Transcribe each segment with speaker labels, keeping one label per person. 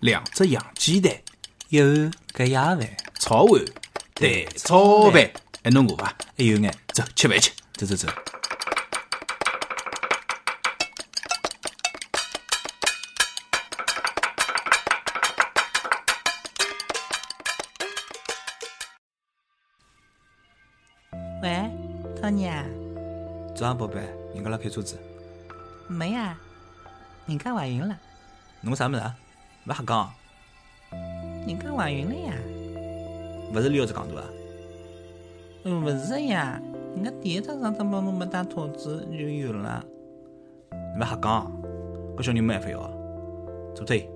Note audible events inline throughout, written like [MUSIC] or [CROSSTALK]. Speaker 1: 两只洋鸡蛋，
Speaker 2: 一碗隔夜饭，
Speaker 1: 炒碗蛋哎炒饭，还侬饿伐？
Speaker 2: 还有眼，
Speaker 1: 走，吃饭去。
Speaker 2: 走走走。
Speaker 3: 喂，托尼啊，
Speaker 2: 早上宝贝，人家辣开车子，
Speaker 3: 没啊呀、人家怀孕了，
Speaker 2: 侬啥物事啊？勿瞎讲啊，
Speaker 3: 人家怀孕了呀，
Speaker 2: 勿是撩子戆大啊？
Speaker 3: 嗯，勿是呀，人家第一趟上趟帮侬没戴套子就有了，
Speaker 2: 侬勿瞎讲啊，搿小人没办法要啊，做脱伊。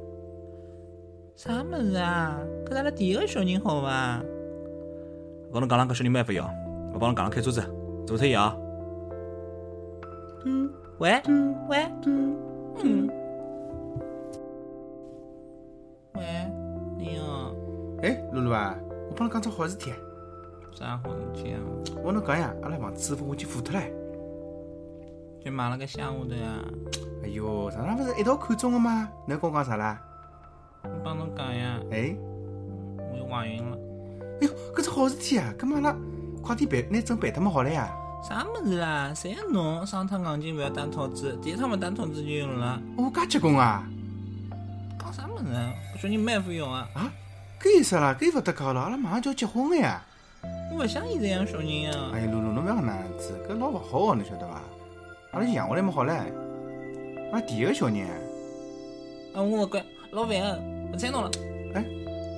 Speaker 3: 啥物事啊？搿是阿拉第一个小人好伐？
Speaker 2: 勿帮侬讲了，搿小人没办法要，勿帮侬讲了，开车子，做脱伊啊。
Speaker 3: 喂，嗯，喂，嗯，嗯，喂，你哦，
Speaker 4: 哎，露露啊，我帮侬讲桩好事体啊，
Speaker 3: 啥好事体啊？
Speaker 4: 我跟侬讲呀，阿拉房子我已经付脱了。
Speaker 3: 就买了个下午的啊呀，
Speaker 4: 哎哟，上趟勿是一道看中的吗？侬跟我讲啥啦？
Speaker 3: 我帮侬讲呀，
Speaker 4: 哎，
Speaker 3: 我怀孕了，
Speaker 4: 哎哟，搿是好事体啊！葛末阿拉快点办，拿证办脱么好了呀？
Speaker 3: 啥啊物事啦？侪是侬上趟硬劲勿要戴套子，第一趟勿戴套子就有了，
Speaker 4: 哦，介结棍啊！
Speaker 3: 讲啥物事啊？搿小人蛮富有啊，
Speaker 4: 啊，搿有啥啦？搿勿搭界了，阿拉马上就要结婚了呀！
Speaker 3: 我勿像伊这样小人啊。
Speaker 4: 哎呀，露露，侬勿要搿能样子，搿老勿好哦，侬晓得伐？阿拉就养下来么好唻。阿拉第一个小人啊，
Speaker 3: 啊，我勿管，老烦啊，勿睬侬了。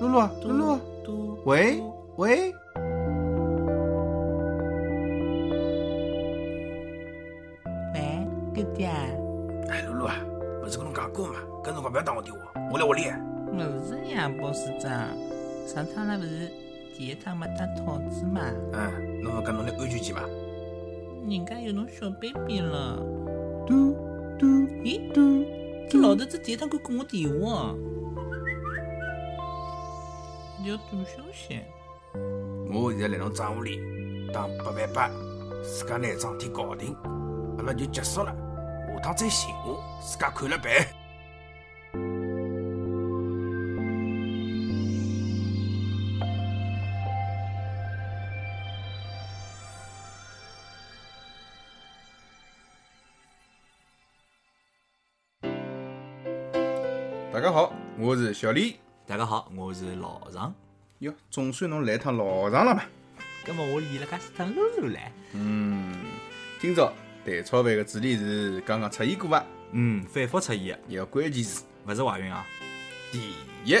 Speaker 4: 露露啊，露露啊，
Speaker 3: 嘟，
Speaker 4: 喂喂，
Speaker 3: 喂，哥弟啊，
Speaker 1: 哎，露露啊，勿是跟侬讲过嘛，搿辰光勿要打我电话，我来屋啊里。
Speaker 3: 勿是呀，包市长，上趟拉勿是第一趟没戴套子嘛，
Speaker 1: 嗯，侬勿讲侬拿安全期伐？
Speaker 3: 人家有侬小 baby 了。
Speaker 4: 嘟嘟
Speaker 3: 咦，
Speaker 4: 嘟。
Speaker 3: 这老头子第一趟敢挂我电话，要短消息。
Speaker 1: 我现在来侬账户里打八万八，自家拿桩事体搞定，阿拉就结束了。下趟再寻我，自家看了办。
Speaker 4: 大家好，我是小李。
Speaker 2: 大家好，我是老常。
Speaker 4: 哟，总算侬来趟老长了嘛。
Speaker 2: 葛末我演了介斯特露露唻。
Speaker 4: 今朝蛋炒饭的主题是刚刚出现过伐？
Speaker 2: 嗯，反复出现
Speaker 4: 一个关键词，
Speaker 2: 个，勿是怀孕啊。
Speaker 4: 第一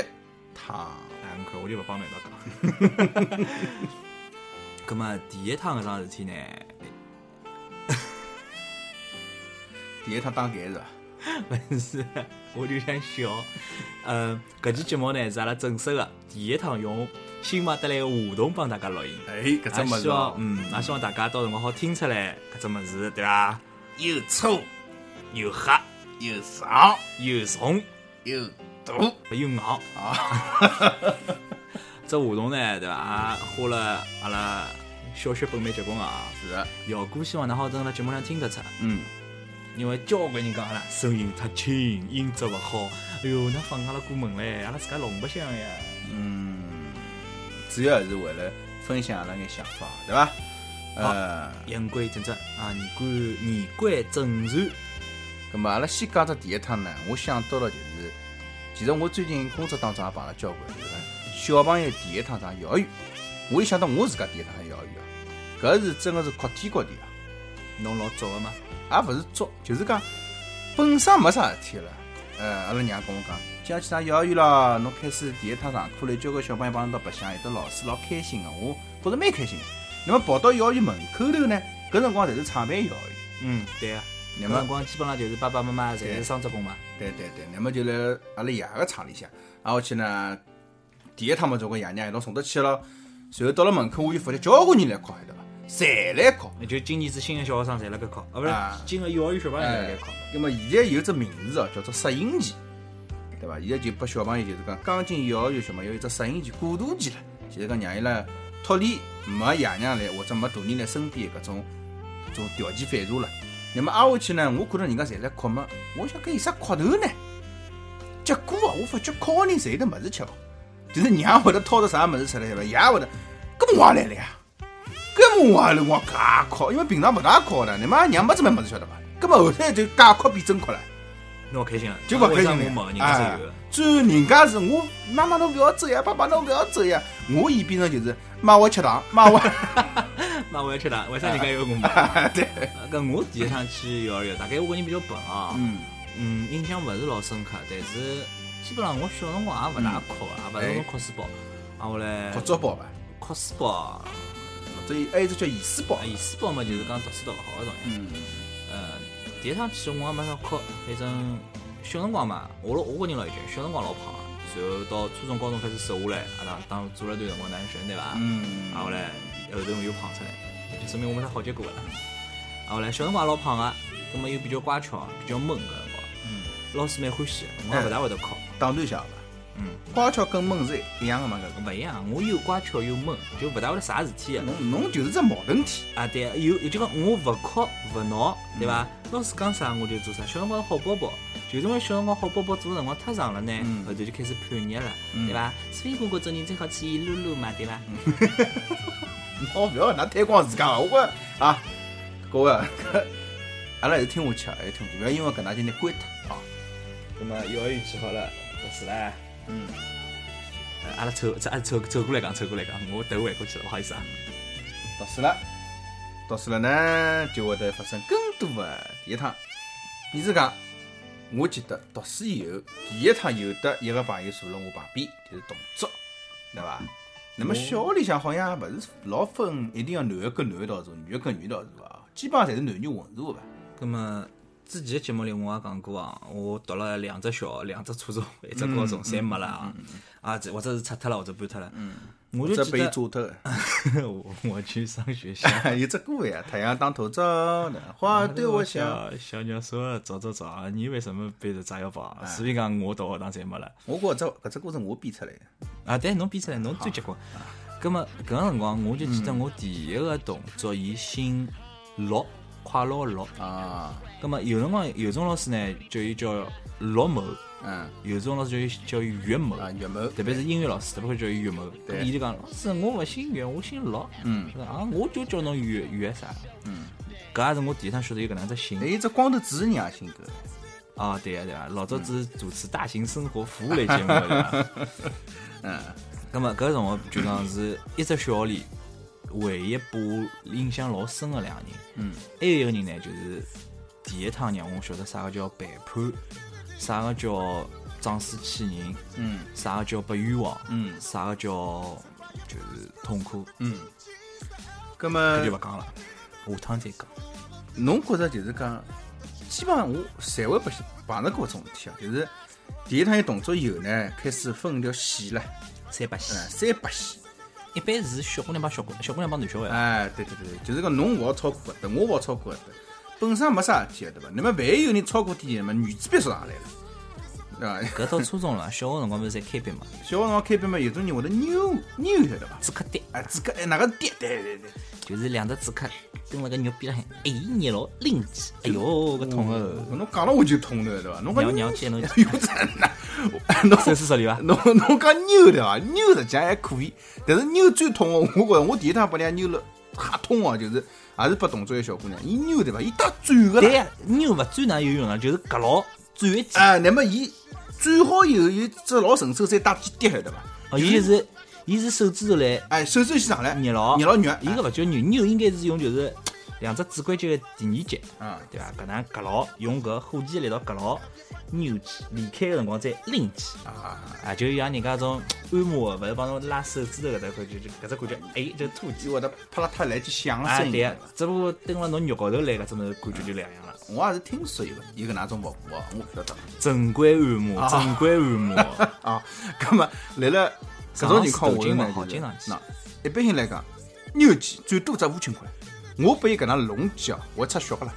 Speaker 4: 趟。
Speaker 2: 哎，侬看我就勿帮侬一道讲。 [LAUGHS] 葛末第一趟搿桩事体呢，
Speaker 4: 第一趟打嗝是伐？
Speaker 2: 勿是， [LAUGHS] 我就想笑。嗯，搿期节目呢是阿拉正式的第一趟用新买得来个话筒帮大家录音。
Speaker 4: 哎，搿只
Speaker 2: 也
Speaker 4: 物
Speaker 2: 希
Speaker 4: 事
Speaker 2: 望
Speaker 4: 哦，
Speaker 2: 嗯，也希望大家到辰光好听出来搿只物事，对伐？
Speaker 1: 又粗又黑又长
Speaker 2: 又重
Speaker 1: 又大，
Speaker 2: 又硬 [LAUGHS] 啊！这话筒呢，对伐？也花了阿拉小学本蛮结棍个啊。
Speaker 4: 是的，
Speaker 2: 效果希望㑚好蹲辣节目上听得出，
Speaker 4: 嗯，
Speaker 2: 因为交关人讲阿拉声音太轻，音质勿好。哎哟，那放阿拉过门唻，阿拉自家弄白相呀。
Speaker 4: 主要还是为了分享阿拉眼想法，对伐？呃，
Speaker 2: 言归正传啊，言归言归正传。
Speaker 4: 咁么阿拉先讲只第一趟呢，我想到了就是，其实我最近工作当中也碰了交关，就是小朋友第一趟上幼儿园，我就想到我自家第一趟上幼儿园啊，搿是真个是哭天哭地啊！
Speaker 2: 侬老早个嘛？
Speaker 4: 也勿是作，就是讲本身没啥事体了。呃，阿拉娘跟我讲，今朝去上幼儿园咯，侬开始第一趟上课了，交关小朋友帮侬到白相，有的老师老开心个、我觉着蛮开心个。那么跑到幼儿园门口头呢，搿辰光侪是厂办幼儿园。
Speaker 2: 嗯，对啊。
Speaker 4: 那
Speaker 2: 搿辰
Speaker 4: 么，
Speaker 2: 光基本上就是爸爸妈妈侪是
Speaker 4: 对
Speaker 2: 双职工嘛。
Speaker 4: 对对对，那么就辣阿拉爷个厂里向，挨下去呢，第一趟嘛，就跟爷娘一道送得去了。随后到了门口，我就发觉交关人来哭，晓得伐？侪来哭。
Speaker 2: 就今年子新的小学生侪辣盖考，啊
Speaker 4: 啊
Speaker 2: 不是，今个幼儿园小朋友侪辣
Speaker 4: 哎
Speaker 2: 盖考。，
Speaker 4: 那么现在有只名字哦，叫做适应期，对伐？现在就拨小朋友就是讲，刚进幼儿园小朋友有一只适应期、过渡期了，就是讲让伊拉脱离没爷娘来或者没大人来身边搿种搿种条件反射了。那么挨下去呢，我看到人家侪来哭嘛，我想搿有啥哭头呢？结果啊，我发觉考人侪有得物事吃哦，就是娘会得掏着啥物事出来对伐？爷会得，搿么我也来了呀，搿么我也来我加考，因为平常勿大考的，你妈娘没准备物事晓得伐？搿么后头就加考变真考了。
Speaker 2: 侬开心了，啊
Speaker 4: 就勿开
Speaker 2: 我
Speaker 4: 心
Speaker 2: 问
Speaker 4: 了
Speaker 2: 我问人家
Speaker 4: 哎
Speaker 2: 是有的，
Speaker 4: 最后人家是我妈妈侬勿要走呀，爸爸侬勿要走呀。我演变成就是妈我要吃糖，妈我
Speaker 2: 那我要吃糖，为啥人家要我买？ [LAUGHS]
Speaker 4: 哎对，
Speaker 2: 搿我第一趟去幼儿园，大概我个人比较笨啊，
Speaker 4: 嗯，
Speaker 2: [LAUGHS] 嗯，印象勿是老深刻，但是基本上我小辰光也勿大考，也勿是
Speaker 4: 哎
Speaker 2: 种考试包，啊后来
Speaker 4: 学作宝吧，
Speaker 2: 考试包，
Speaker 4: 或者还有一只叫盐水包
Speaker 2: 啊，意思啊包嘛就是讲读书读勿好个辰光，
Speaker 4: 嗯，
Speaker 2: 呃，第一趟去我也没啥考，反正小辰光嘛，我老我个人老有劲，小辰光老胖啊，然后到初中高中开始瘦下来，啊当当做了段辰光男神对伐？
Speaker 4: 嗯
Speaker 2: 啊后来后头又胖出来，就说明我没啥好结果个啦。啊后来小辰光也老胖个，葛么又比较乖巧，比较闷搿辰光，
Speaker 4: 嗯，
Speaker 2: 老师蛮欢喜的，我也勿大会得考，
Speaker 4: 打断一下好伐？
Speaker 2: 嗯，
Speaker 4: 乖巧跟闷是一样的嘛，搿
Speaker 2: 勿一样，我又乖巧又闷，就勿大会得啥事体个
Speaker 4: 个。侬侬就是只矛盾体，
Speaker 2: 啊，对，有有就讲我勿哭勿闹，对伐？老师讲啥我就做啥。小辰光好宝宝，就是因为小辰光好宝宝做的辰光太长了呢，后头就开始叛逆了，对伐？所以哥哥做人最好去撸撸嘛，对伐？
Speaker 4: 侬勿要拿推广自家，我觉得啊，各位， [LAUGHS] 搿阿拉还是听下去啊，还是听下去，勿要因为搿能介就拿关脱啊。
Speaker 2: 那么幼儿园去好了，读书啦。
Speaker 4: 嗯，
Speaker 2: 呃阿拉凑，这阿拉凑凑过来讲，凑过来讲，我头歪过去了，不好意思啊。
Speaker 4: 读书了，读书了呢，就会得发生更多的第一趟。比如讲，我记得读书以后，第一趟有的一个朋友坐了我旁边，就是同桌，对伐？那么小学里向好像也勿是老分，一定要男的跟男的一道坐，女的跟女的一道坐啊，基本上侪是男女混住的吧。
Speaker 2: 那么之前的节目里我也讲过啊，我读了两只小学，两只初中，一只高中，侪没了
Speaker 4: 嗯
Speaker 2: 啊，啊，这或者是拆脱了，或者搬脱了。我就
Speaker 4: 这
Speaker 2: 记
Speaker 4: 嗯被
Speaker 2: 得，
Speaker 4: 抓脱的，
Speaker 2: 我 [LAUGHS] 我去上学校。
Speaker 4: [LAUGHS] 有只歌呀，太阳当头照，
Speaker 2: [LAUGHS]
Speaker 4: 花儿啊对我笑。。
Speaker 2: 哎小鸟说：“早早早，啊你为什么背着炸药
Speaker 4: 哎
Speaker 2: 包？”视频讲我到学堂侪没了
Speaker 4: 我觉着搿只歌是我编出来的。
Speaker 2: 啊！对，侬编出来，侬最结棍。葛么搿个辰光，我就记
Speaker 4: 嗯
Speaker 2: 得我第一个动作，伊姓陆，快乐陆。
Speaker 4: 啊，
Speaker 2: 葛么有辰光有种老师呢，叫伊叫陆某，
Speaker 4: 嗯，
Speaker 2: 有种老师叫伊叫伊岳某。
Speaker 4: 啊，岳某，
Speaker 2: 特别是英语老师，特别会叫伊岳某，
Speaker 4: 对
Speaker 2: 伊就讲老师，我勿姓岳，我姓陆。
Speaker 4: 嗯，
Speaker 2: 啊，我就叫侬岳岳啥？
Speaker 4: 嗯，
Speaker 2: 搿也是我第一趟晓得有搿能只姓
Speaker 4: 还。有只光头主持人也姓搿。
Speaker 2: 啊，对呀、对呀、老早子主持大型生活服务类节目的对伐？
Speaker 4: [LAUGHS] 嗯，
Speaker 2: 那么搿辰光就讲是一只小学里唯一拨我印象老深的两个人，
Speaker 4: 嗯，
Speaker 2: 还有一个人呢，就是第一趟让我晓得啥个叫背叛，啥个叫仗势欺人，
Speaker 4: 嗯
Speaker 2: 啥个叫被冤枉，
Speaker 4: 嗯
Speaker 2: 啥个叫就是痛苦，
Speaker 4: 嗯，葛
Speaker 2: 搿就
Speaker 4: 么
Speaker 2: 勿讲了，下趟再讲。
Speaker 4: 侬觉着就是讲，基本上我侪会不碰着过搿种事体啊，就是第一趟有动作以后呢，开始分条线了，
Speaker 2: 三八
Speaker 4: 嗯，，
Speaker 2: 线
Speaker 4: 三八线，
Speaker 2: 一般是小姑娘帮小姑小姑娘帮男小孩，
Speaker 4: 哎，对对对，就是讲侬勿好超过搿搭，我勿好超过搿搭，本身没啥事体的对伐？那么万一有人超过点，那么女子别说上来了，对伐？
Speaker 2: 搿到初中了， [LAUGHS] 小学辰光勿是侪开班嘛，
Speaker 4: [LAUGHS] 小学辰光开班嘛，有种人会得扭扭晓得伐？
Speaker 2: 只刻单。
Speaker 4: 哎，自个哎哪个跌？对对对，
Speaker 2: 就是两只指甲蹲辣个牛逼上，哎，捏牢拎起，哎哟，个痛哦！
Speaker 4: 侬讲了我就痛了，对伐？侬
Speaker 2: 娘
Speaker 4: 讲 [LAUGHS]
Speaker 2: 娘见侬
Speaker 4: 哎呦真的， [LAUGHS] 侬
Speaker 2: 手撕手里伐？
Speaker 4: 侬 [LAUGHS] 侬讲扭对伐？扭实际上还可以，但是扭最痛哦！我觉着我第一趟把人家扭了，吓痛哦！就是也是拨同桌一小姑娘，伊扭对伐？伊带转个
Speaker 2: 对
Speaker 4: 啦，
Speaker 2: 啊呀，扭勿转哪有用啊？就是夹牢转一记，
Speaker 4: 啊，那么伊转好以后，有只老顺手再打几滴，晓得伐？
Speaker 2: 哦，伊就是伊是手指头来
Speaker 4: 哎，手指先上来，
Speaker 2: 捏牢，哎
Speaker 4: 捏牢肉，
Speaker 2: 伊搿勿叫扭，扭应该是用就是两只指关节的第二节，
Speaker 4: 啊，
Speaker 2: 对伐？搿能夹牢，用搿火机的力道夹牢，扭起，离开个辰光再拎起，
Speaker 4: 啊，
Speaker 2: 啊，就像人家种按摩的，勿是帮侬拉手指头搿只感觉，就搿只感觉，哎，就突击
Speaker 4: 就。会得啪啦啪来就响了
Speaker 2: 啊，
Speaker 4: 声
Speaker 2: 对
Speaker 4: 音
Speaker 2: 呀。，只不过蹲辣侬肉高头来搿只物事，感觉就两样了。
Speaker 4: 我也是听说有个有搿能种服务哦，我勿晓得
Speaker 2: 正规按摩，正规按摩，
Speaker 4: [LAUGHS] 啊。葛么来了搿种情况下头呢，
Speaker 2: 上手抖
Speaker 4: 就是
Speaker 2: 筋嘛好筋上
Speaker 4: 那一般性来讲，扭脊最多只五千块。我拨伊搿能隆起哦，我出血个啦。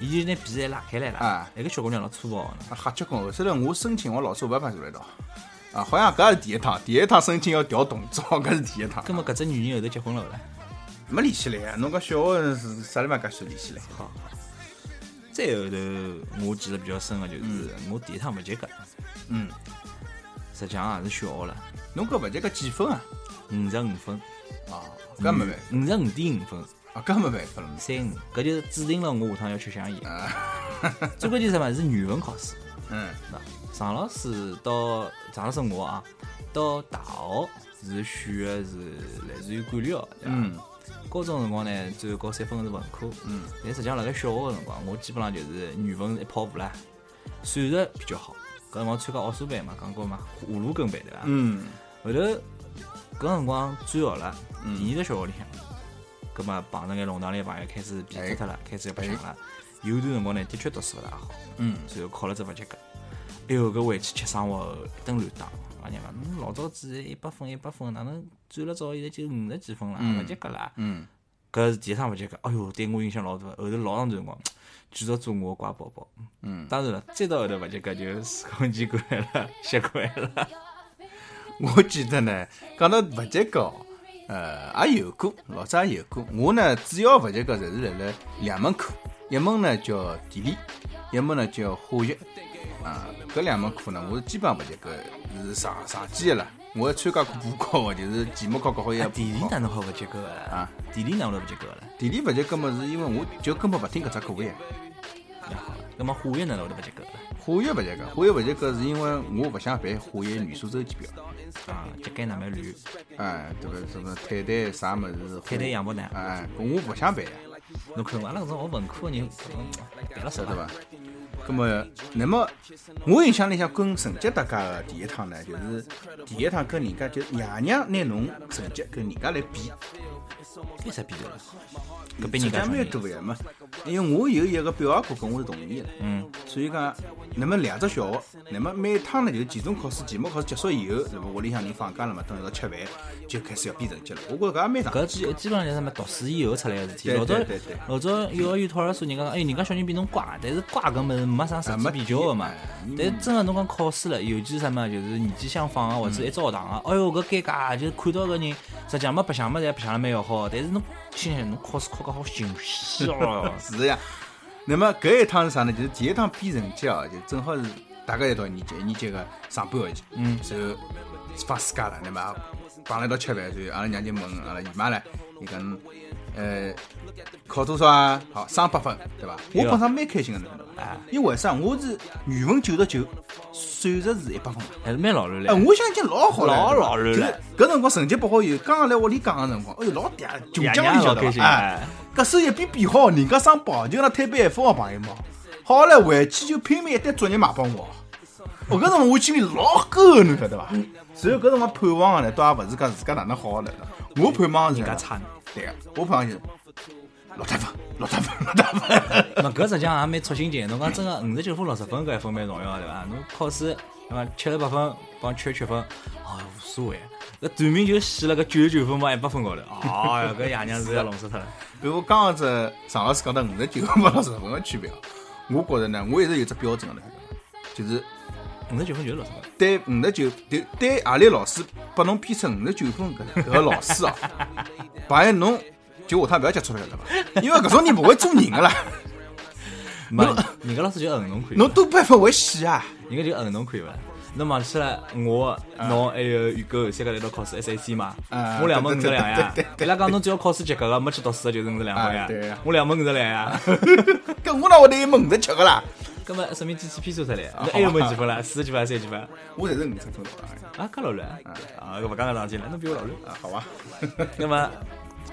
Speaker 2: 伊就拿皮带拉开来了
Speaker 4: 啊。
Speaker 2: 那个小姑娘老粗暴的呢，
Speaker 4: 啊，瞎结棍！后头来我申请，我老师没办法做得到。啊，好像搿是第一趟，第一趟申请要调动作，搿是第一趟。啊
Speaker 2: 葛么搿只女人后头结婚了勿啦？
Speaker 4: 没联系来啊！侬讲小学是啥地方介许联系来？
Speaker 2: 好，再后头，我记得比较深的就是我第一趟勿及格，
Speaker 4: 嗯，
Speaker 2: 实际上也是小学了，
Speaker 4: 侬搿勿及格几分啊？
Speaker 2: 五十五分，
Speaker 4: 啊，搿没办
Speaker 2: 五十五点五分，
Speaker 4: 法，啊，搿没办法了嘛。
Speaker 2: 三五，搿就注定了我下趟要吃香烟。
Speaker 4: 啊
Speaker 2: 最关键是什么？是语文考试。
Speaker 4: 嗯
Speaker 2: 那常老师到常老师我啊，到大学是选的是类似于管理学，对伐？
Speaker 4: 嗯
Speaker 2: 高中辰光呢，最后高三分是文科，
Speaker 4: 嗯，
Speaker 2: 但实际上辣盖小学个辰光，我基本上就是语文是一炮五啦，算术比较好。搿辰光参加奥数班嘛，讲过嘛，葫芦根班对伐？
Speaker 4: 嗯
Speaker 2: 后头搿辰光转学了，第二个小学里向，葛末碰着眼弄堂里朋友开始变脱脱了，开始白相了。有段辰光呢，的确读书勿大好，
Speaker 4: 嗯，
Speaker 2: 最后考了只勿及格。哎哟，搿回去吃生活后一顿乱打。阿娘讲，侬老早子一百分一百分，哪能转了早现在就五十几分了，勿及格啦。
Speaker 4: 嗯，
Speaker 2: 搿是第一趟勿及格，哎哟，对我影响老大。后头老长段辰光，继续做我的乖宝宝。
Speaker 4: 嗯，
Speaker 2: 当然了，再到后头勿及格就 [LAUGHS] 司空见惯了，习惯了。
Speaker 4: 我记得呢，讲到勿及格哦，呃，也有过，老早也有过。我呢，主要勿及格侪是辣辣两门课，一门呢叫地理，一门呢叫化学。啊，搿两门课呢，我是基本上勿及格，是上上几个了。我还参加过补考的，就是期末考搞好一个
Speaker 2: 啊
Speaker 4: 补
Speaker 2: 地理
Speaker 4: 考
Speaker 2: 哪能好勿及格了？
Speaker 4: 啊，
Speaker 2: 地理哪能勿及格了？
Speaker 4: 地理勿及格嘛，是因为我就根本勿听搿只课呀。
Speaker 2: 那好了，那么化学哪能会得勿及格了？
Speaker 4: 化学勿及格，化学勿及格是因为我勿想背化学元素周期表，
Speaker 2: 啊，秸秆哪蛮乱，
Speaker 4: 哎，对伐？什么碳氮啥物事？
Speaker 2: 太太。养不难。
Speaker 4: 哎，我勿想背呀，
Speaker 2: 侬看阿拉搿种学文科的人，嗯别了手
Speaker 4: 对伐
Speaker 2: 了。？
Speaker 4: 那么，那么我印象里向跟成绩搭界的第一趟呢，就是第一趟跟人家就是爷娘拿侬成绩跟人家来比，
Speaker 2: 有啥比头了？搿比人家
Speaker 4: 成绩蛮
Speaker 2: 重
Speaker 4: 多
Speaker 2: 要
Speaker 4: 个嘛。因为我有一个表阿哥跟我是同年的，
Speaker 2: 嗯，
Speaker 4: 所以讲，那么两只小学，那么每趟呢就是期中考试、期末考试结束以后，那么屋里向人放假了嘛，等一道吃饭就开始要比成绩了。我觉着搿也蛮常见
Speaker 2: 搿基基本上就是什么读书以后出来个事体。
Speaker 4: 对
Speaker 2: 老早
Speaker 4: 对对对
Speaker 2: 老早幼儿园托儿所人家讲，哎，人家小人比侬乖，但是乖搿物事没啥实际比较个嘛
Speaker 4: 哎。
Speaker 2: 但是真个侬讲考试了，尤其是什么就是年纪相仿啊
Speaker 4: 嗯
Speaker 2: 个或者一只学堂个，哎哟搿尴尬，就是看到搿人实际上没白相么侪白相了蛮要好，但是侬心想侬考试考个好心虚哦。
Speaker 4: 是呀。那么搿一趟是啥呢？就是第一趟比成绩啊，就正好是大家一道一年级，一年级个上半学期，嗯，然后放暑假了，那么也帮了一道吃饭，所以阿拉娘就问阿拉姨妈唻，伊讲，呃，考多少啊？好，三百分，对啊哎伐？我
Speaker 2: 呀
Speaker 4: 本身蛮开心个，侬晓得伐
Speaker 2: 啊？
Speaker 4: 因为为啥？我是语文九十九，数学是一百分嘛。
Speaker 2: 还是蛮老乱
Speaker 4: 哎，
Speaker 2: 嘞。
Speaker 4: 我相信老好了，
Speaker 2: 老
Speaker 4: 对吧
Speaker 2: 老实了
Speaker 4: 就是搿辰光成绩不好以后，刚刚来屋里讲个辰光，哎呦老嗲，穷
Speaker 2: 爷
Speaker 4: 讲
Speaker 2: 娘
Speaker 4: 你晓
Speaker 2: 老
Speaker 4: 得
Speaker 2: 开
Speaker 4: 伐？
Speaker 2: 心
Speaker 4: 哎，
Speaker 2: 哎
Speaker 4: 搿手一边比好，人家上榜就让推杯一分哦，朋友们。好了，回去就拼命一堆作业买帮我。我搿辰光我心里老够，侬晓得伐？
Speaker 2: 嗯
Speaker 4: 然后搿辰光盼望个呢，倒也勿是讲自家哪能好了，我盼望是
Speaker 2: 人家差。
Speaker 4: 对个，我盼望就是老太分，老太分，老太分。
Speaker 2: 那搿实际上也蛮戳心情。侬讲真个，五十九分、六十分搿一分蛮重要的对伐？侬考试对伐？七十八分帮七十七分，哦无所谓。搿短命就死了搿九十九分帮一百分高头。哦哟，搿爷娘是要弄死脱了。
Speaker 4: 比如刚刚只常老师讲到五十九和六十分个区别啊，我觉着呢，我一直有只标准个，就是
Speaker 2: 五十九分就是六十分，
Speaker 4: 对五十九，对对阿里老师拨侬批出五十九分搿搿个老师 [LAUGHS] 哦，朋友侬就下趟勿要接触了，晓得伐？因为搿种人勿会做人个啦，
Speaker 2: 没人家老师就恨侬看，
Speaker 4: 侬多半勿会死啊！
Speaker 2: 人家就恨侬看伐？侬忘记了我、侬还有宇哥三个来到考试 SAC 嘛？
Speaker 4: 啊
Speaker 2: 我两门五十
Speaker 4: 对对
Speaker 2: 两呀
Speaker 4: 对对！
Speaker 2: 伊拉讲侬只要考试及格个，没去读书的就是五十两分
Speaker 4: 啊对
Speaker 2: 呀
Speaker 4: 呀。
Speaker 2: 我两门五十两呀。
Speaker 4: 搿我哪会得有五十七个啦？
Speaker 2: 搿么说明机器批出出来，啊那还有哎没几分啦？四十几分、三十几分？
Speaker 4: 我侪是五十分的
Speaker 2: 啊，搿老乱啊！搿勿讲搿桩事体了，侬比我老乱。
Speaker 4: 啊，好伐？
Speaker 2: 那么，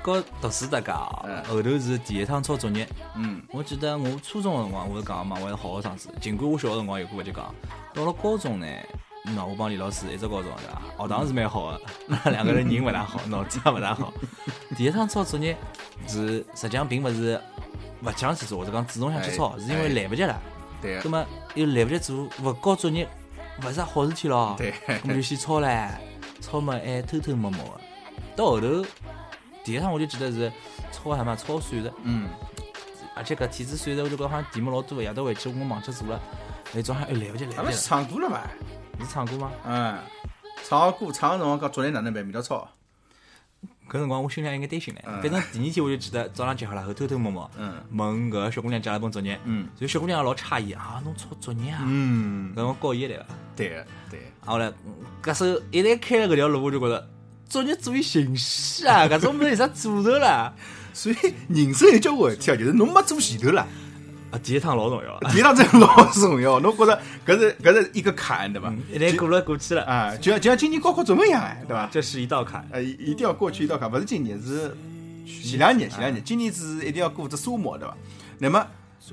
Speaker 2: 搞读书搭界哦，后头是第一趟抄作业。
Speaker 4: 嗯，
Speaker 2: 我记得我初中个辰光，我是讲个嘛，我是好学生子。尽管我小学辰光有过勿及格，到了高中呢，那我帮李老师一只高中对伐？学堂是蛮好个，那 [LAUGHS] 两个人人勿大好，脑子也勿大好。第一趟抄作业是实际上并勿是勿想去做，或者讲主动想去抄，
Speaker 4: 哎
Speaker 2: 是因为来勿及了。
Speaker 4: 对啊
Speaker 2: 葛
Speaker 4: 个，
Speaker 2: 么又来不及做，勿交作业，勿是好事体咯。
Speaker 4: 对
Speaker 2: 葛么就先抄唻，抄嘛还偷偷摸摸的。到后头，第一趟我就记得是抄什么抄数学，
Speaker 4: 嗯，
Speaker 2: 而且搿题子算术我就觉得好像题目老多，夜到回去我忘记做了。哎，早上又来不及，来
Speaker 4: 阿
Speaker 2: 不
Speaker 4: 拉
Speaker 2: 及了。
Speaker 4: 唱歌了啊伐？
Speaker 2: 你唱歌吗？
Speaker 4: 嗯，唱歌唱个辰光讲作业哪能办？明朝抄。
Speaker 2: 搿辰光我心里还有眼担心呢。反正第二天我就记得早浪集合了后偷偷摸摸，
Speaker 4: 嗯
Speaker 2: 问搿个小姑娘借了本作业，
Speaker 4: 嗯，
Speaker 2: 所以小姑娘也老诧异啊，侬抄作业啊？
Speaker 4: 嗯
Speaker 2: 搿，辰光高一来伐？
Speaker 4: 对个对个，
Speaker 2: 啊，后来搿时候一旦开了搿条路，我就觉着作业作为形式啊，搿种物事有啥做头啦？
Speaker 4: 所以人生有交关事体啊，就是侬没做前头啦，
Speaker 2: 啊，第一趟老重要啊，
Speaker 4: 第一趟真的老重要。 [LAUGHS] 侬觉着搿是搿是一个坎，对伐？
Speaker 2: 一旦过了过去了，
Speaker 4: 啊，就像就像今年高考作文一样哎，对伐？
Speaker 2: 这是一道坎。
Speaker 4: 呃，一一定要过去一道坎，勿是今年是前两
Speaker 2: 啊
Speaker 4: 年，前两年，今年是一定要过只沙漠，对伐？那么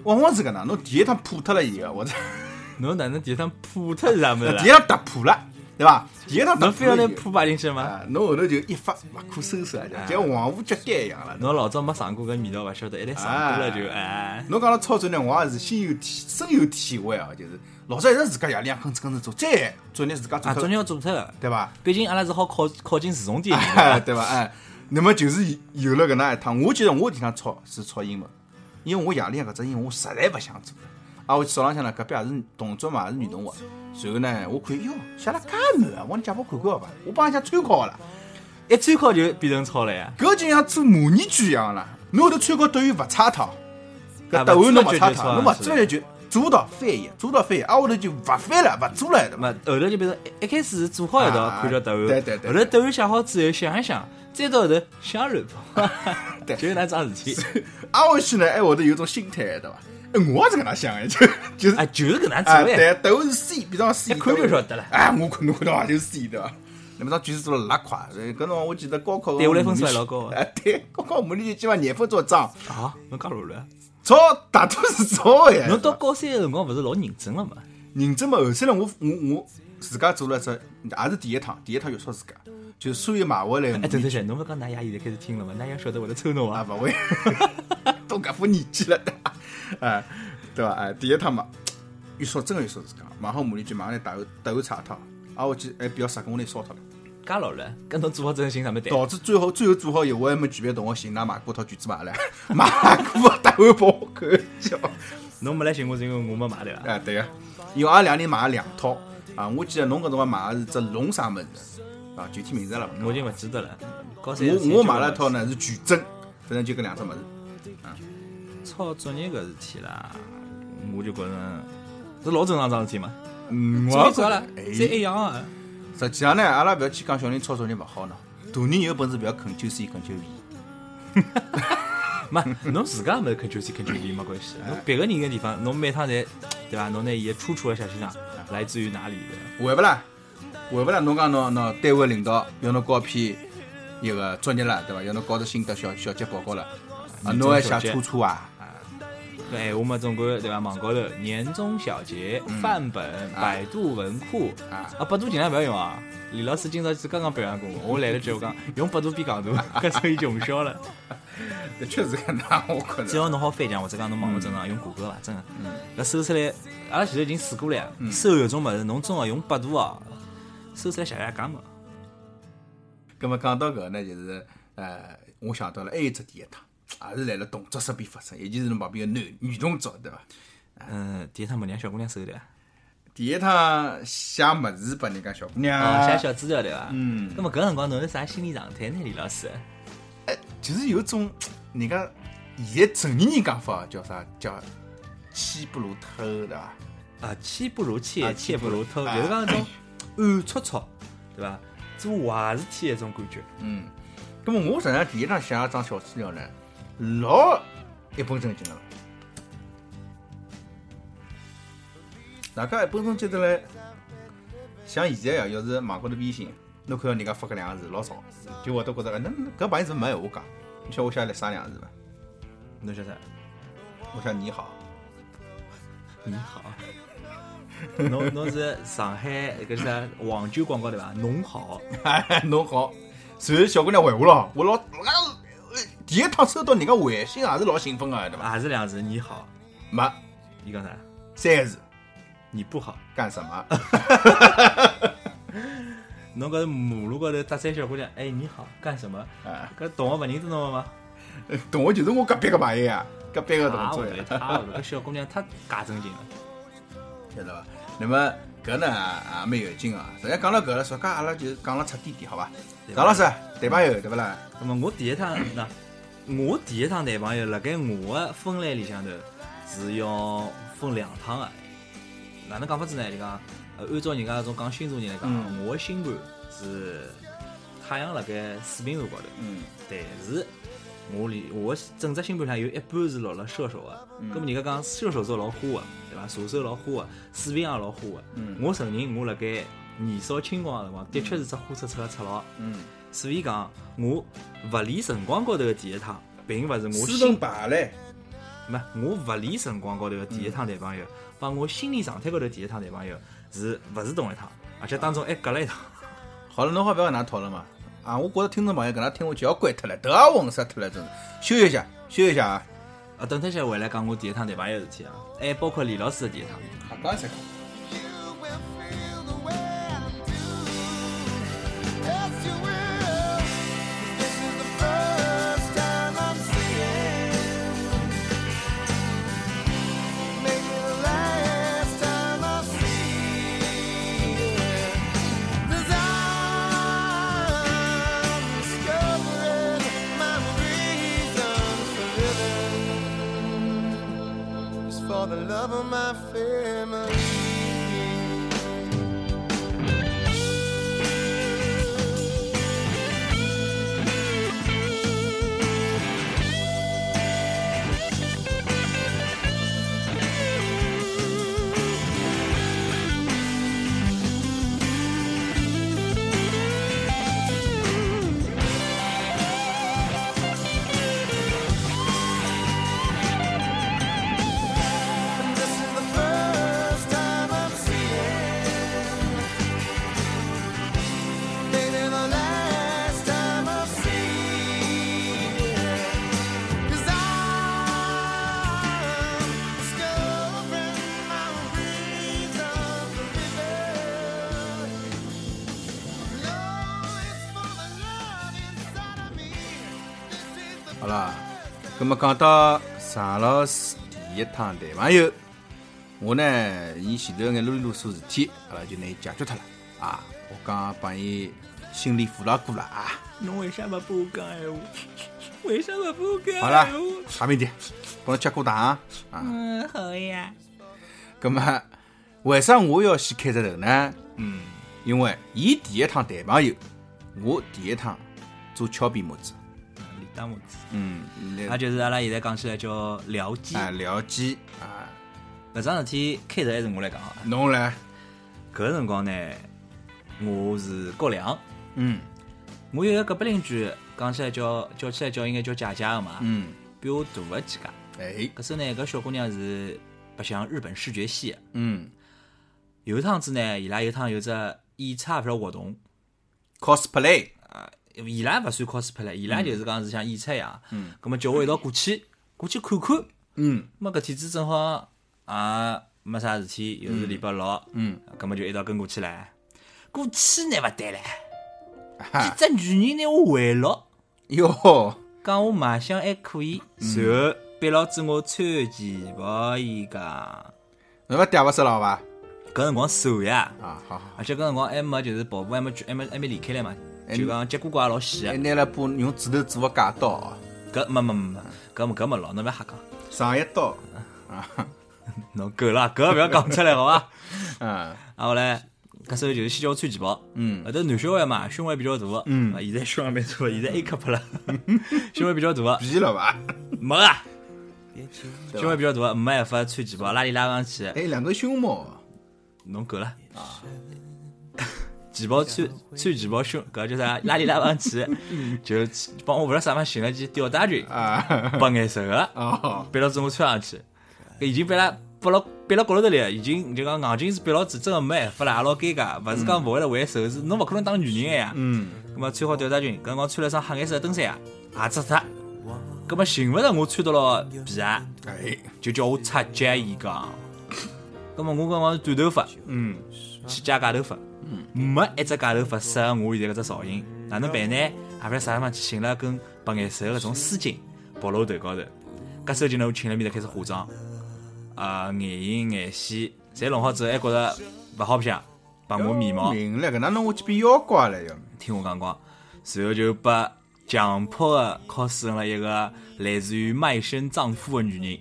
Speaker 4: 往往是搿能，侬第一趟破脱了以后，或者
Speaker 2: 侬哪能第一趟破脱是啥物事
Speaker 4: 第一
Speaker 2: 啦？
Speaker 4: 趟突破了，对伐？第一趟突
Speaker 2: 侬非
Speaker 4: 破
Speaker 2: 要啊拿
Speaker 4: 了以后
Speaker 2: 破摆进去吗？
Speaker 4: 啊，侬后头就一发勿可收拾了，就像黄河决堤一样了。
Speaker 2: 侬老早没尝过搿味道伐？晓得一旦尝过了
Speaker 4: 啊
Speaker 2: 就哎，
Speaker 4: 侬讲了操作呢，我也是心有体深有体会啊，就是老早一直自家夜里向吭哧吭哧做，再作业自家做
Speaker 2: 啊，
Speaker 4: 脱
Speaker 2: 作业，要做脱的。
Speaker 4: 对伐？
Speaker 2: 毕竟阿拉是好考考进市重点的，
Speaker 4: [LAUGHS] 对伐？哎，那么就是有了搿能一趟，我记得我第一趟抄是抄英文，因为我夜里向搿只英文我实在勿想做了。啊，我早浪向呢，隔壁也是同桌嘛，也是女同学。随后呢，我看哟，写了介满啊！我讲借我看看好伐？我帮人家参考好了。
Speaker 2: 一参考就变成抄了呀。
Speaker 4: 搿就像做模拟句一样啦。侬后头参考答案勿差脱，搿
Speaker 2: 啊
Speaker 4: 答案侬勿差脱，侬勿做就做到翻页，做到翻页，啊后头就勿翻了，勿做了，对伐？
Speaker 2: 嘛，后头就变成一一开始是做好一道
Speaker 4: 啊
Speaker 2: 看叫答案，
Speaker 4: 对对对
Speaker 2: 后头答案写好之后想一想，再到后头想乱跑，
Speaker 4: [LAUGHS] 对
Speaker 2: 就是那桩事
Speaker 4: [LAUGHS]
Speaker 2: 体，
Speaker 4: 啊回去呢，还会得有种心态，对伐？哎，我也是搿能想的，就就是
Speaker 2: 啊，就是搿能
Speaker 4: 啊，
Speaker 2: 做
Speaker 4: 对
Speaker 2: 呀。，
Speaker 4: 答案是 C，比方 C，
Speaker 2: 一看就晓得了
Speaker 4: 哎，我看侬看到也就是 C 对伐？那么当卷子做了拉垮，呃搿辰光我记得高考
Speaker 2: 对我来分
Speaker 4: 模拟
Speaker 2: 数还
Speaker 4: 卷
Speaker 2: 老高啊
Speaker 4: 哎，对，高考模拟卷基本上廿分钟一张，
Speaker 2: 啊，侬介乱了，
Speaker 4: 抄大多是抄哎。
Speaker 2: 侬到高三个辰光勿是老认真了嘛？
Speaker 4: 认真嘛，后头来我我我自家做了只，也是第一趟，第一趟约束自家，就所有买回来
Speaker 2: 哎，等等下，侬勿讲㑚爷现在开始听了嘛？㑚爷晓得会得抽侬
Speaker 4: 嗯啊
Speaker 2: 啊？
Speaker 4: 勿会， [LAUGHS] 都搿副年纪了， [LAUGHS] 对伐？哎，对伐？哎，第一趟嘛，约束真个约束自家，买好模拟卷，马上来答案答案查脱，啊，我记得还比较傻，跟我拿烧脱了，
Speaker 2: 介老了，搿侬做好这个心啥么对？
Speaker 4: 导致最后最后做好以后，我还没具备同学寻㑚买过套卷子买来， [LAUGHS] 买过答案拨我看笑。
Speaker 2: 侬没来寻我是因为我没买对伐？
Speaker 4: 啊，对个、因为阿拉两人买了两套啊，我记得侬搿辰光买的是只龙啥物事啊，具体名字阿拉勿讲
Speaker 2: 我已经勿记得了。高三
Speaker 4: 我我买了一套呢是矩阵，反正就搿两只物事。
Speaker 2: 抄作业搿事体啦，我就觉着是老正常桩事体嘛。
Speaker 4: 嗯，
Speaker 2: 作
Speaker 4: 也
Speaker 2: 业
Speaker 4: 觉
Speaker 2: 做
Speaker 4: 得
Speaker 2: 了，侪一样啊。
Speaker 4: 实际上呢，阿拉勿要去讲小人抄作业勿好呢，大人有本事勿要啃九 C 啃九 V。
Speaker 2: 没，侬自家没 Ctrl C Ctrl V 没关系，侬别个人个地方，侬每趟侪对伐？侬拿伊个出处个写清爽，来自于哪里的？
Speaker 4: 会勿啦？会勿啦？侬讲侬侬单位领导要侬交篇一个作业了，对伐？要侬交只心得小小结报告了，啊，
Speaker 2: 年终
Speaker 4: 侬还
Speaker 2: 小结
Speaker 4: 写出处啊？ [LAUGHS]
Speaker 2: 搿闲话嘛，哎总归对伐？网高头年终小结、范本、
Speaker 4: 啊
Speaker 2: 百度文库
Speaker 4: 啊
Speaker 2: 啊，百度尽量勿要用啊。李老师今朝是刚刚表扬过我，我来了之后讲用百度比戆大，搿所以穷笑了。
Speaker 4: 的确是搿能，我觉
Speaker 2: 只
Speaker 4: 着。
Speaker 2: 要侬好翻墙，或者讲侬网络正常用谷歌伐，真个，搿搜出来，阿拉前头已经试过了，搜有种物事，侬真个用百度哦，搜出来谢谢讲嘛。
Speaker 4: 葛么讲到搿呢，就是呃，我想到了还有一只第一趟，也是辣辣同桌身边发生，尤其是侬旁边个男女同桌，对伐？
Speaker 2: 嗯，第一趟没让小姑娘搜的，
Speaker 4: 第一趟写物事拨人家小姑
Speaker 2: 哦，写
Speaker 4: 娘，
Speaker 2: 小资料对伐？嗯。葛么搿辰光侬是啥心理状态呢，李老师？
Speaker 4: 哎就是有种人家现在成年人讲法叫啥叫妻不如偷，对伐？
Speaker 2: 啊，妻不如妾
Speaker 4: 啊，
Speaker 2: 妾不如偷，
Speaker 4: 啊
Speaker 2: 就是讲一种暗戳戳，对伐？做坏事体的一种感觉。
Speaker 4: 嗯，那么我实际上第一趟写一张小资料呢，老一本正经的了。大家一本正经的嘞，像现在啊，要是网高头微信，侬看到人家发搿两个字老少，就会得觉着，哎，那那搿朋友怎么没闲话讲？你晓得我写了啥两个字伐？
Speaker 2: 侬晓得？
Speaker 4: 我写你好，
Speaker 2: 你嗯好， [LAUGHS] 侬侬是上海搿是啥黄酒广告对伐？侬好，
Speaker 4: [LAUGHS] 侬好。随后小姑娘回我了，我老我讲呃第一趟收到人家回信也是老兴奋个，啊对伐？
Speaker 2: 也是两字，你好。
Speaker 4: 没
Speaker 2: 伊讲啥？
Speaker 4: 三个字，
Speaker 2: 你不好。
Speaker 4: 干什 [LAUGHS] 么？
Speaker 2: 侬搿马路高头搭讪小姑娘，哎，你好，干什么？
Speaker 4: 啊
Speaker 2: 搿同学勿认得侬了吗？
Speaker 4: 同学就是我隔壁个朋友呀，隔壁个同 [LAUGHS]
Speaker 2: 啊，
Speaker 4: 桌
Speaker 2: 我
Speaker 4: 呀
Speaker 2: 的，天啊！搿小姑娘太假正经了。
Speaker 4: 晓得伐？那么搿呢也蛮有劲啊。实际讲到搿了，说讲阿拉就讲了彻底点，好伐？张老师谈朋友对勿啦？
Speaker 2: 那么我第一趟那， [COUGHS] 我第一趟谈朋友，辣盖我的分类里向头是要分两趟的。哪能讲法子呢？就讲，呃，按照人家搿种讲星座人来讲，我的星盘是太阳辣盖水瓶座高头，
Speaker 4: 嗯，
Speaker 2: 但是我里我的整只星盘上有一半是落了射手的。咁么人家讲射手座老花的，对伐？射手老花的，水瓶也老花的。我承认我辣盖年少轻狂的辰光，的确是只花出出的赤佬。
Speaker 4: 嗯，
Speaker 2: 所以讲，我物理辰光高头的第一趟，并勿是我
Speaker 4: 四分
Speaker 2: 心，
Speaker 4: 牌嘞，
Speaker 2: 没我物理辰光高头的第一趟谈朋友，帮我心理状态高头的第一趟谈朋友是勿是同一趟？而且当中还隔了一趟。
Speaker 4: 好了，侬好勿要搿能讨论嘛。啊，我觉着听众朋友搿能听我就要关脱了，头也昏死脱了，真是。休息一下，休息一下啊。
Speaker 2: 啊，等脱歇回来讲我第一趟谈朋友的事体啊，还包括李老师的第一趟。
Speaker 4: 好，讲一下。
Speaker 5: For the love of my family. This is the first time I'm seeing, maybe the last time I'll see. 'Cause I'm discovering my reason for living. No, it's for the love inside of me. This is the
Speaker 4: 好啦，咁么讲到常老师第一趟谈朋友，我呢，伊前头有眼啰里啰嗦事体，阿拉就拿伊解决脱了啊。我讲帮伊心理辅导过了啊。
Speaker 2: 侬为啥么不讲闲话？为啥么不讲
Speaker 4: 好了，下面点，帮侬接过糖啊。
Speaker 3: 嗯，好呀。
Speaker 4: 咁么，为啥我要先开只头呢？嗯，因为伊第一趟谈朋友，我第一趟做敲边模子。
Speaker 2: 李大拇指，哎
Speaker 4: 嗯，
Speaker 2: 那啊就是阿拉现在讲起来叫聊机。
Speaker 4: 啊，聊机啊，
Speaker 2: 搿桩事体开头还是我来讲啊。
Speaker 4: 侬来，
Speaker 2: 搿辰光呢，我是高两，
Speaker 4: 嗯
Speaker 2: 我有一个隔壁邻居，讲起来叫叫起来叫应该叫姐姐个嘛，
Speaker 4: 嗯，
Speaker 2: 比我大个几届。
Speaker 4: 哎，
Speaker 2: 搿时候呢，搿小姑娘是白相日本视觉系的。
Speaker 4: 嗯
Speaker 2: 有一趟子呢，伊拉有一趟有只演差勿晓得活动，
Speaker 4: ，cosplay，
Speaker 2: 伊拉勿算 cosplay，伊拉就是讲是像演出一样。嗯。葛末叫我一道过去，过去看看。
Speaker 4: 嗯
Speaker 2: 么搿天子正好也没啥事体，又是礼拜六，嗯，搿么就一道跟过去唻。过去呢勿对唻，
Speaker 4: 哈，
Speaker 2: 这女人拿我围牢，
Speaker 4: 哟，
Speaker 2: 讲我卖相还可以，然后逼牢子我穿旗袍，伊讲
Speaker 4: 侬勿嗲勿死了好伐？
Speaker 2: 搿辰光瘦呀，
Speaker 4: 啊，好好，
Speaker 2: 而且搿辰光还没就是跑步还没还没还没离开来嘛，就讲结果也老
Speaker 4: 还
Speaker 2: 细
Speaker 4: 哎拿了把用指头做个戒刀啊，
Speaker 2: 个，搿没没没没，搿么搿没牢，侬勿要瞎讲，
Speaker 4: 上一刀，
Speaker 2: 侬够了，搿勿要讲出来好伐？
Speaker 4: 嗯
Speaker 2: 啊，后来搿时候就是先叫我穿旗袍，
Speaker 4: 嗯
Speaker 2: 后头男小孩嘛，胸围比较大个，嗯，现在胸还蛮大个，现在 A 克不了， [LAUGHS] 胸围比较大个，
Speaker 4: 皮了伐？
Speaker 2: 没啊，胸围比较大个，没办法穿旗袍，拉里拉上去，
Speaker 4: [LAUGHS] 哎，两个胸毛，
Speaker 2: 侬够了啊，旗袍穿穿旗袍胸，搿叫啥？拉里拉上去，就帮我勿知道啥方寻了件吊带裙，
Speaker 4: 啊，
Speaker 2: 白颜色个，
Speaker 4: [LAUGHS] 哦，
Speaker 2: 逼牢子我穿上去，搿已经被拉逼牢逼牢角落头来，已经就讲硬劲是逼牢子，真个没办法了，也老尴尬，勿是讲勿会得挽手，是侬勿可能当女人个呀。嗯。葛末穿好吊带裙，搿辰光穿了双黑颜色的登山鞋，鞋子脱，葛末寻勿着我穿到了皮鞋，
Speaker 4: 哎，
Speaker 2: 就叫我擦脚，伊讲。葛末我搿辰光是短头发，
Speaker 4: 嗯，
Speaker 2: 去剪假头发，没一只假头发适合我现在搿只造型，哪能办呢？也勿晓得啥地方去寻了根白颜色的搿种丝巾，绑辣我头高头。搿手就拿我请了面搭开始化妆，啊、眼影、眼线、侪弄好之后还觉着勿好白相，把我面毛
Speaker 4: 明了，搿哪能我去变妖怪了要？
Speaker 2: 听我讲讲，随后就把强迫的敲死成了一个来自于卖身丈夫的女人。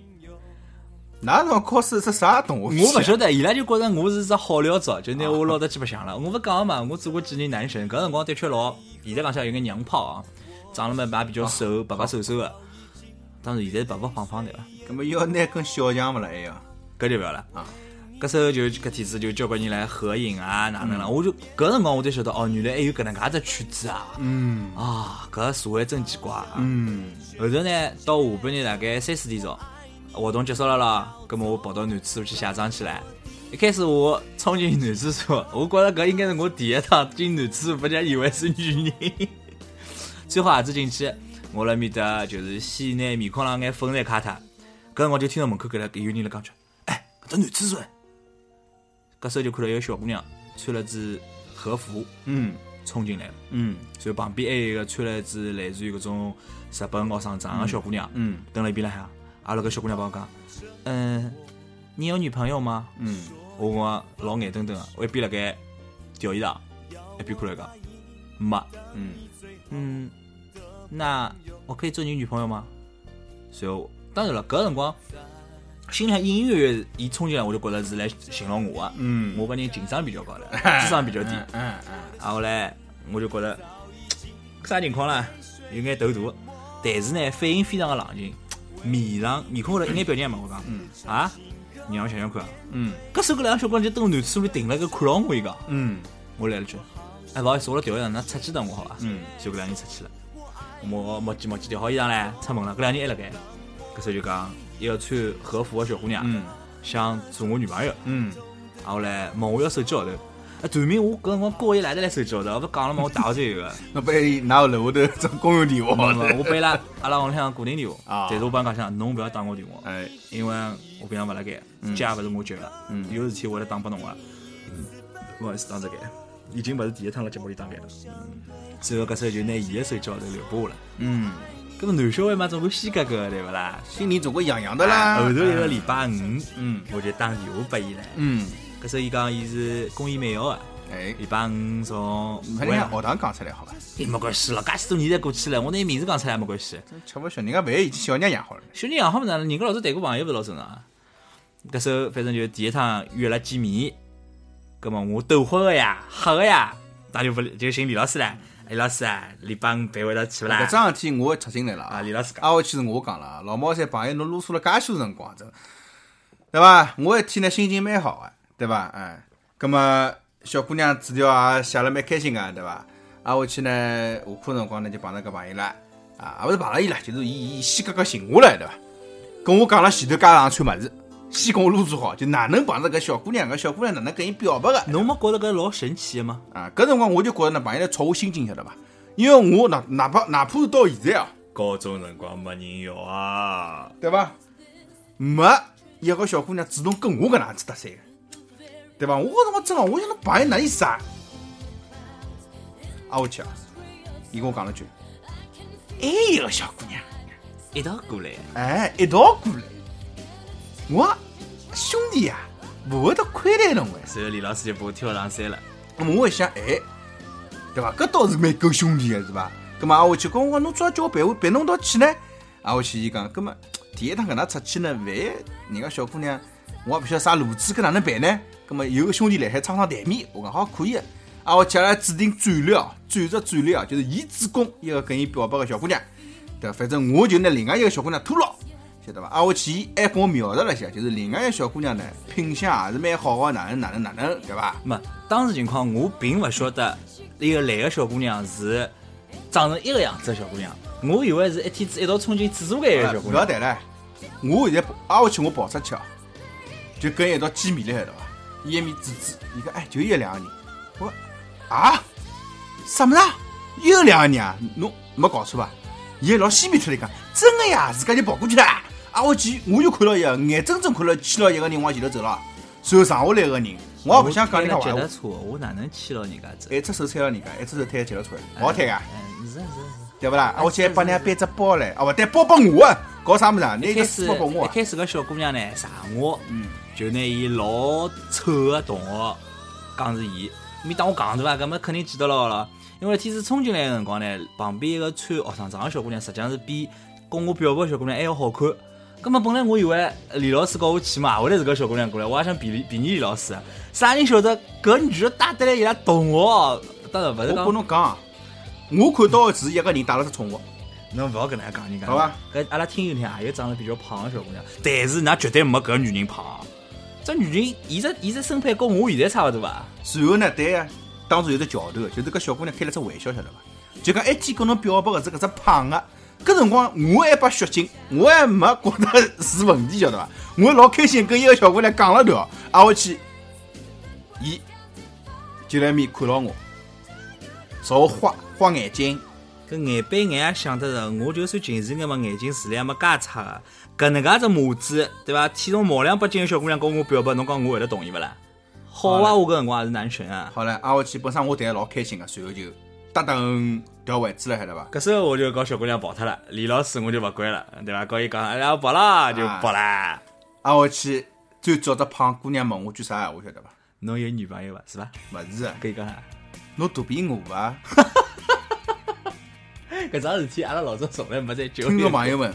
Speaker 4: 哪能考试是啥动画片？
Speaker 2: 我勿晓得，伊拉就觉着我是只好料子，就拿我捞得去白相了。我勿讲嘛，我做过几年男神，搿辰光的确老，现在讲起来有眼娘炮啊，长了嘛也比较瘦，白白瘦瘦的。当然现在白白胖胖对伐？
Speaker 4: 搿么要拿根小强勿啦还要？
Speaker 2: 搿就勿要了
Speaker 4: 啊。
Speaker 2: 搿时候就搿天子就交关人来合影啊，哪能
Speaker 4: 嗯
Speaker 2: 了？我就搿辰光我才晓得哦，原来还有搿能介只圈子啊！
Speaker 4: 嗯
Speaker 2: 啊，搿社会真奇怪啊！
Speaker 4: 嗯，
Speaker 2: 后头呢，到下半日大概三四点钟，活动结束了啦，葛末我跑到男厕所去写账去了。一开始我冲进男厕所， [LAUGHS] 我觉着搿应该是我第一趟进男厕所，被人家以为是女人。 [LAUGHS] 最后鞋子进去，我辣面搭就是先拿面孔浪眼粉来揩脱，搿辰光就听到门口搿搭有人辣讲句：“哎，搿只男厕所哎！”搿时候就看到一个小姑娘穿了只和服，
Speaker 4: 嗯
Speaker 2: 冲进来了。
Speaker 4: 嗯
Speaker 2: 所以旁边还有一个穿了一只类似于搿种日本学生装个小姑娘，
Speaker 4: 嗯
Speaker 2: 蹲辣一边浪向。阿拉搿小姑娘帮我讲，嗯，你有女朋友吗？
Speaker 4: 嗯，
Speaker 2: 我讲老眼瞪瞪个，我一边辣盖吊伊裳，一边看了讲，没，
Speaker 4: 嗯，
Speaker 2: 嗯，那我可以做你女朋友吗？随后，当然了，搿辰光心里向隐隐约约，伊冲进来我就觉着是来寻牢我个，
Speaker 4: 嗯
Speaker 2: 我搿人情商比较高
Speaker 4: [LAUGHS]
Speaker 2: 了，智商比较低，
Speaker 4: 嗯嗯，
Speaker 2: 然后嘞，我就觉得啥情况啦，有眼头大，但是呢，反应非常的冷静，面上面孔高头一眼表情也没。我讲，啊，让我想想看啊，
Speaker 4: 嗯，
Speaker 2: 搿时候搿两个小姑娘就蹲男厕所里停了，搿看牢我一个，
Speaker 4: 嗯
Speaker 2: 我来了句，哎，勿好意思，我辣调衣裳，㑚出去等我好伐？
Speaker 4: 嗯，
Speaker 2: 就搿两人出去了，我墨迹墨迹调好衣裳唻，出门了，搿两人还辣盖，搿时候就讲一个穿和服的小姑娘，
Speaker 4: 嗯
Speaker 2: 想做我女朋友。
Speaker 4: 嗯
Speaker 2: 然后嘞问我要手机号头，啊，传明我搿辰光高一哪得来手机号头，我勿讲了嘛，我大学只有个，
Speaker 4: 那被拿楼下头找公用电话
Speaker 2: 没没我拨伊拉阿拉屋里向固定电话
Speaker 4: 啊，
Speaker 2: 但是我帮伊讲想，侬勿要打我电话，
Speaker 4: 哎，
Speaker 2: 因为我平常勿辣盖，家也勿是我接个，有事体我会来打拨侬啊个，勿好意思打只盖，已经勿是第一趟辣节目里打盖了，最后搿时候就拿伊个手机号头留拨我了，
Speaker 4: 嗯，
Speaker 2: 搿么男小孩嘛总归虚格格个对勿啦？
Speaker 4: 心里总归痒痒的啦。
Speaker 2: 后头一个礼拜五，
Speaker 4: 嗯
Speaker 2: 我就打电话拨伊了，
Speaker 4: 嗯，
Speaker 2: 搿时候伊讲伊是工艺美校个。
Speaker 4: 哎，
Speaker 2: 礼拜五从
Speaker 4: 把人家学堂讲出来好吧？
Speaker 2: 也没关系了，介许多年侪过去了，我拿伊名字讲出来也没关系。
Speaker 4: 吃勿消，人家饭已经小人养好了。
Speaker 2: 小人啊也好么呢，人家老早谈过朋友，勿是老正常啊。搿时候反正就是第一趟约了见面，葛么我斗花个呀，黑个呀，那就勿就寻李老师啦。李老师啊，礼拜五陪我一道去勿啦
Speaker 4: 搿？桩事体我插进来了
Speaker 2: 啊，李老师讲，
Speaker 4: 挨下去是我讲了啊，老毛三朋友侬啰嗦了介许多辰光，真的对伐？我一天呢心情蛮好个、对伐？哎，葛么小姑娘纸条也写了蛮开心个、对伐？挨下去呢，下课辰光呢就碰到搿朋友啦，啊，也勿是碰到伊啦，就是伊伊先格格寻我来，对伐？跟我讲了前头街上穿物事，先跟我啰嗦好，就哪能碰着搿小姑娘，搿小姑娘哪能跟伊表白个？
Speaker 2: 侬没觉着搿老神奇个吗？
Speaker 4: 啊，搿辰光我就觉着呢，朋友来戳我心境，晓得伐？因为我哪哪怕哪怕是到现在啊。
Speaker 2: 高中辰光没人要啊，
Speaker 4: 对伐？没一个小姑娘主动跟我搿能样子搭讪的，对伐？我搿辰光真个，我想侬朋友哪有啥？啊，我去啊！伊跟我讲了句，还有一个小姑娘，
Speaker 2: 一道过来。
Speaker 4: 哎，一道过来，我兄弟啊，勿会得亏待侬个。
Speaker 2: 随后李老师就把我挑上山了。
Speaker 4: 那么我一想，哎，对伐？搿倒是蛮够兄弟个是伐？葛么啊，我去跟我讲，侬最好叫我陪我陪侬一道去呢。啊，我去伊讲，葛么第一趟搿能出去呢，万一人家小姑娘，我也勿晓得啥路子，搿哪能办呢？葛么有个兄弟辣海撑撑台面，我讲好可以个。啊，我去阿拉制定战略哦，战术战略哦，就是伊主攻一个跟伊表白个小姑娘，对伐？反正我就拿另外一个小姑娘拖牢。晓得伐？啊，我去，伊还跟我描述了一下，就是另外一个小姑娘呢，品相也是蛮好个，哪能哪能哪能，对伐？
Speaker 2: 没，当时情况我并勿晓得那个来个小姑娘是长成一个样子的小姑娘，我以为是一天子一道冲进厕所间
Speaker 4: 啊
Speaker 2: 个小姑
Speaker 4: 不要
Speaker 2: 娘。
Speaker 4: 谈了，我现在跑挨下去我跑出去啊，就跟伊一道见面了，晓得伐？伊啊一面指指，伊讲哎，就一两个人。我说啊，什么啦？又两个人啊？侬没搞错伐？伊还老嬉皮脱了讲，真个呀，自家就跑过去了。挨下去我就看到一个，眼睁睁看到牵牢一个人往前头走了，随后剩下来一个人，我也勿想讲人家
Speaker 2: 我
Speaker 4: 坏
Speaker 2: 开了
Speaker 4: 话
Speaker 2: 脚踏，车，我哪能牵牢人家走？
Speaker 4: 一只手搀牢人家，哎一只手推脚踏车，勿好推个。
Speaker 2: 嗯，是啊是
Speaker 4: 对勿啦？啊，我去还帮人家背只包唻，啊勿对，包拨我啊，搞啥物事啊？拿一嗯
Speaker 2: 啊。开
Speaker 4: 个书
Speaker 2: 始
Speaker 4: 包拨我
Speaker 2: 一
Speaker 4: 啊，
Speaker 2: 开始个小姑娘呢，傻我，就拿伊老丑个同学讲是伊，没当我戆对伐？搿么肯定记得牢了。因为天子冲进来个辰光呢，旁边一个穿学生装个小姑娘，实际上是比跟我表白小姑娘还要好看。葛么本来我以为李老师告我去嘛，回来是搿小姑娘过来，我也想便宜便宜李老师。啥人晓得搿女的带得来伊拉同学，当然勿是
Speaker 4: 我
Speaker 2: 讲
Speaker 4: 跟侬讲啊，我看到的只是一个人带了只宠物，
Speaker 2: 侬勿要搿能介讲人家，
Speaker 4: 好吧？
Speaker 2: 搿阿拉听友里向也有长得比较胖个小姑娘，但是㑚绝对没搿女人胖。这女人，伊只伊只身板跟我现在差勿多伐？
Speaker 4: 然后呢，对啊，当时有只桥头，就是搿小姑娘开了只玩笑，晓得伐？就讲一见跟侬表白个是搿只胖个，搿辰光我还把血精，我还没觉得是问题，晓得伐？我老开心跟一个小姑娘讲了条，挨下去，伊就来面看牢我，朝我花花眼睛，
Speaker 2: 搿眼板眼也想得着，我就算近视眼嘛，眼睛视力也没介差个。搿能介只模子，对伐？体重毛两百斤个小姑娘跟我表白，侬讲我会得同意勿啦？好啊，我搿辰光也是男神啊。
Speaker 4: 好了，挨下去，本身我谈老开心个，随后就哒噔掉位置了，晓得伐？
Speaker 2: 搿时候我就搞小姑娘跑脱了，李老师我就勿管了，对伐？告伊讲，哎呀，跑啦就
Speaker 4: 啊
Speaker 2: 跑啦。
Speaker 4: 挨下啊去，最早只胖姑娘问我句啥闲话，晓得伐？
Speaker 2: 侬有女朋友伐？是伐？
Speaker 4: 勿是啊，
Speaker 2: 可以讲啊。
Speaker 4: 侬肚皮饿 [LAUGHS] 伐？
Speaker 2: 搿桩事体阿拉老早从来没在酒
Speaker 4: 听众朋友们，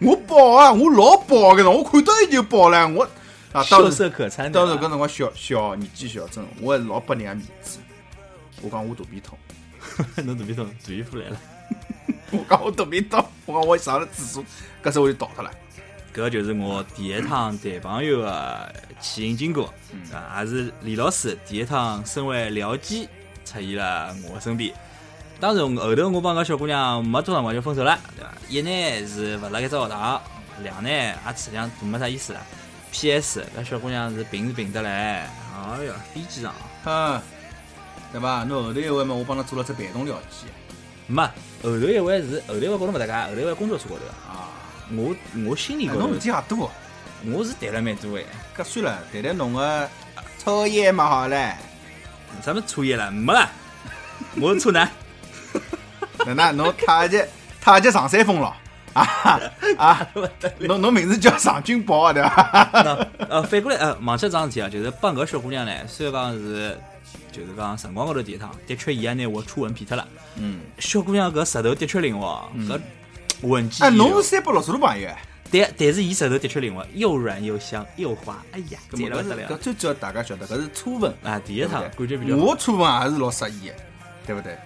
Speaker 4: 我饱啊，我老饱搿种，我看到伊就饱了，我啊，当
Speaker 2: 秀
Speaker 4: 时
Speaker 2: 色可餐的
Speaker 4: 当时
Speaker 2: 啊。
Speaker 4: 搿辰光小小年纪小，真的我还老拨人家面子。我讲我肚皮痛， [LAUGHS]
Speaker 2: 侬准备从随夫来了，
Speaker 4: 我讲我肚皮痛，我讲我上了厕所，搿时候我就倒 [LAUGHS] 脱了。
Speaker 2: 搿就是我第一趟谈朋友的呃起因经过，
Speaker 4: 嗯
Speaker 2: 啊，也是李老师第一趟身为僚机出现了我身边。当然，后头我帮搿小姑娘没多少辰光就分手了，对伐？一呢是勿辣盖只学堂，两呢也质量没啥意思了。P.S. 搿小姑娘是病是病得来，哎哟，飞机上
Speaker 4: 嗯，对伐？侬后头一回嘛，我帮侬做了只陪同聊天
Speaker 2: 没后头一位是后头一位高头勿搭界，后头一位工作车高头的。
Speaker 4: 啊。
Speaker 2: 我我心里
Speaker 4: 哎
Speaker 2: 高头
Speaker 4: 侬事体也多，
Speaker 2: 我是谈了蛮多哎，
Speaker 4: 搿算了，谈谈侬个抽烟嘛好唻。
Speaker 2: 什么初一了没 [LAUGHS] 了，我是处男，
Speaker 4: 哪能侬太极太极上山风了啊啊！侬侬名字叫上君宝啊对
Speaker 2: [LAUGHS]
Speaker 4: 伐？ [LAUGHS]
Speaker 2: 那呃反过来呃忘记一桩事体啊，就是帮搿小姑娘呢，虽然讲是就是讲辰光高头第一趟，的确伊也拿我初吻骗脱了。
Speaker 4: 嗯，
Speaker 2: 小姑娘搿舌头的确灵活哦，搿吻技
Speaker 4: 啊，
Speaker 2: 也有。
Speaker 4: 侬是三百六十度朋友啊，
Speaker 2: 但但是伊舌头的确灵活，又软又香又滑，哎呀，
Speaker 4: 搿
Speaker 2: 赞了
Speaker 4: 么
Speaker 2: 不得
Speaker 4: 搿是搿
Speaker 2: 了
Speaker 4: 最主要大家晓得搿是初吻，
Speaker 2: 啊！第一
Speaker 4: 对
Speaker 2: 趟感觉
Speaker 4: 不
Speaker 2: 比
Speaker 4: 对
Speaker 2: 较好，
Speaker 4: 我初吻也是老色一的，对不对？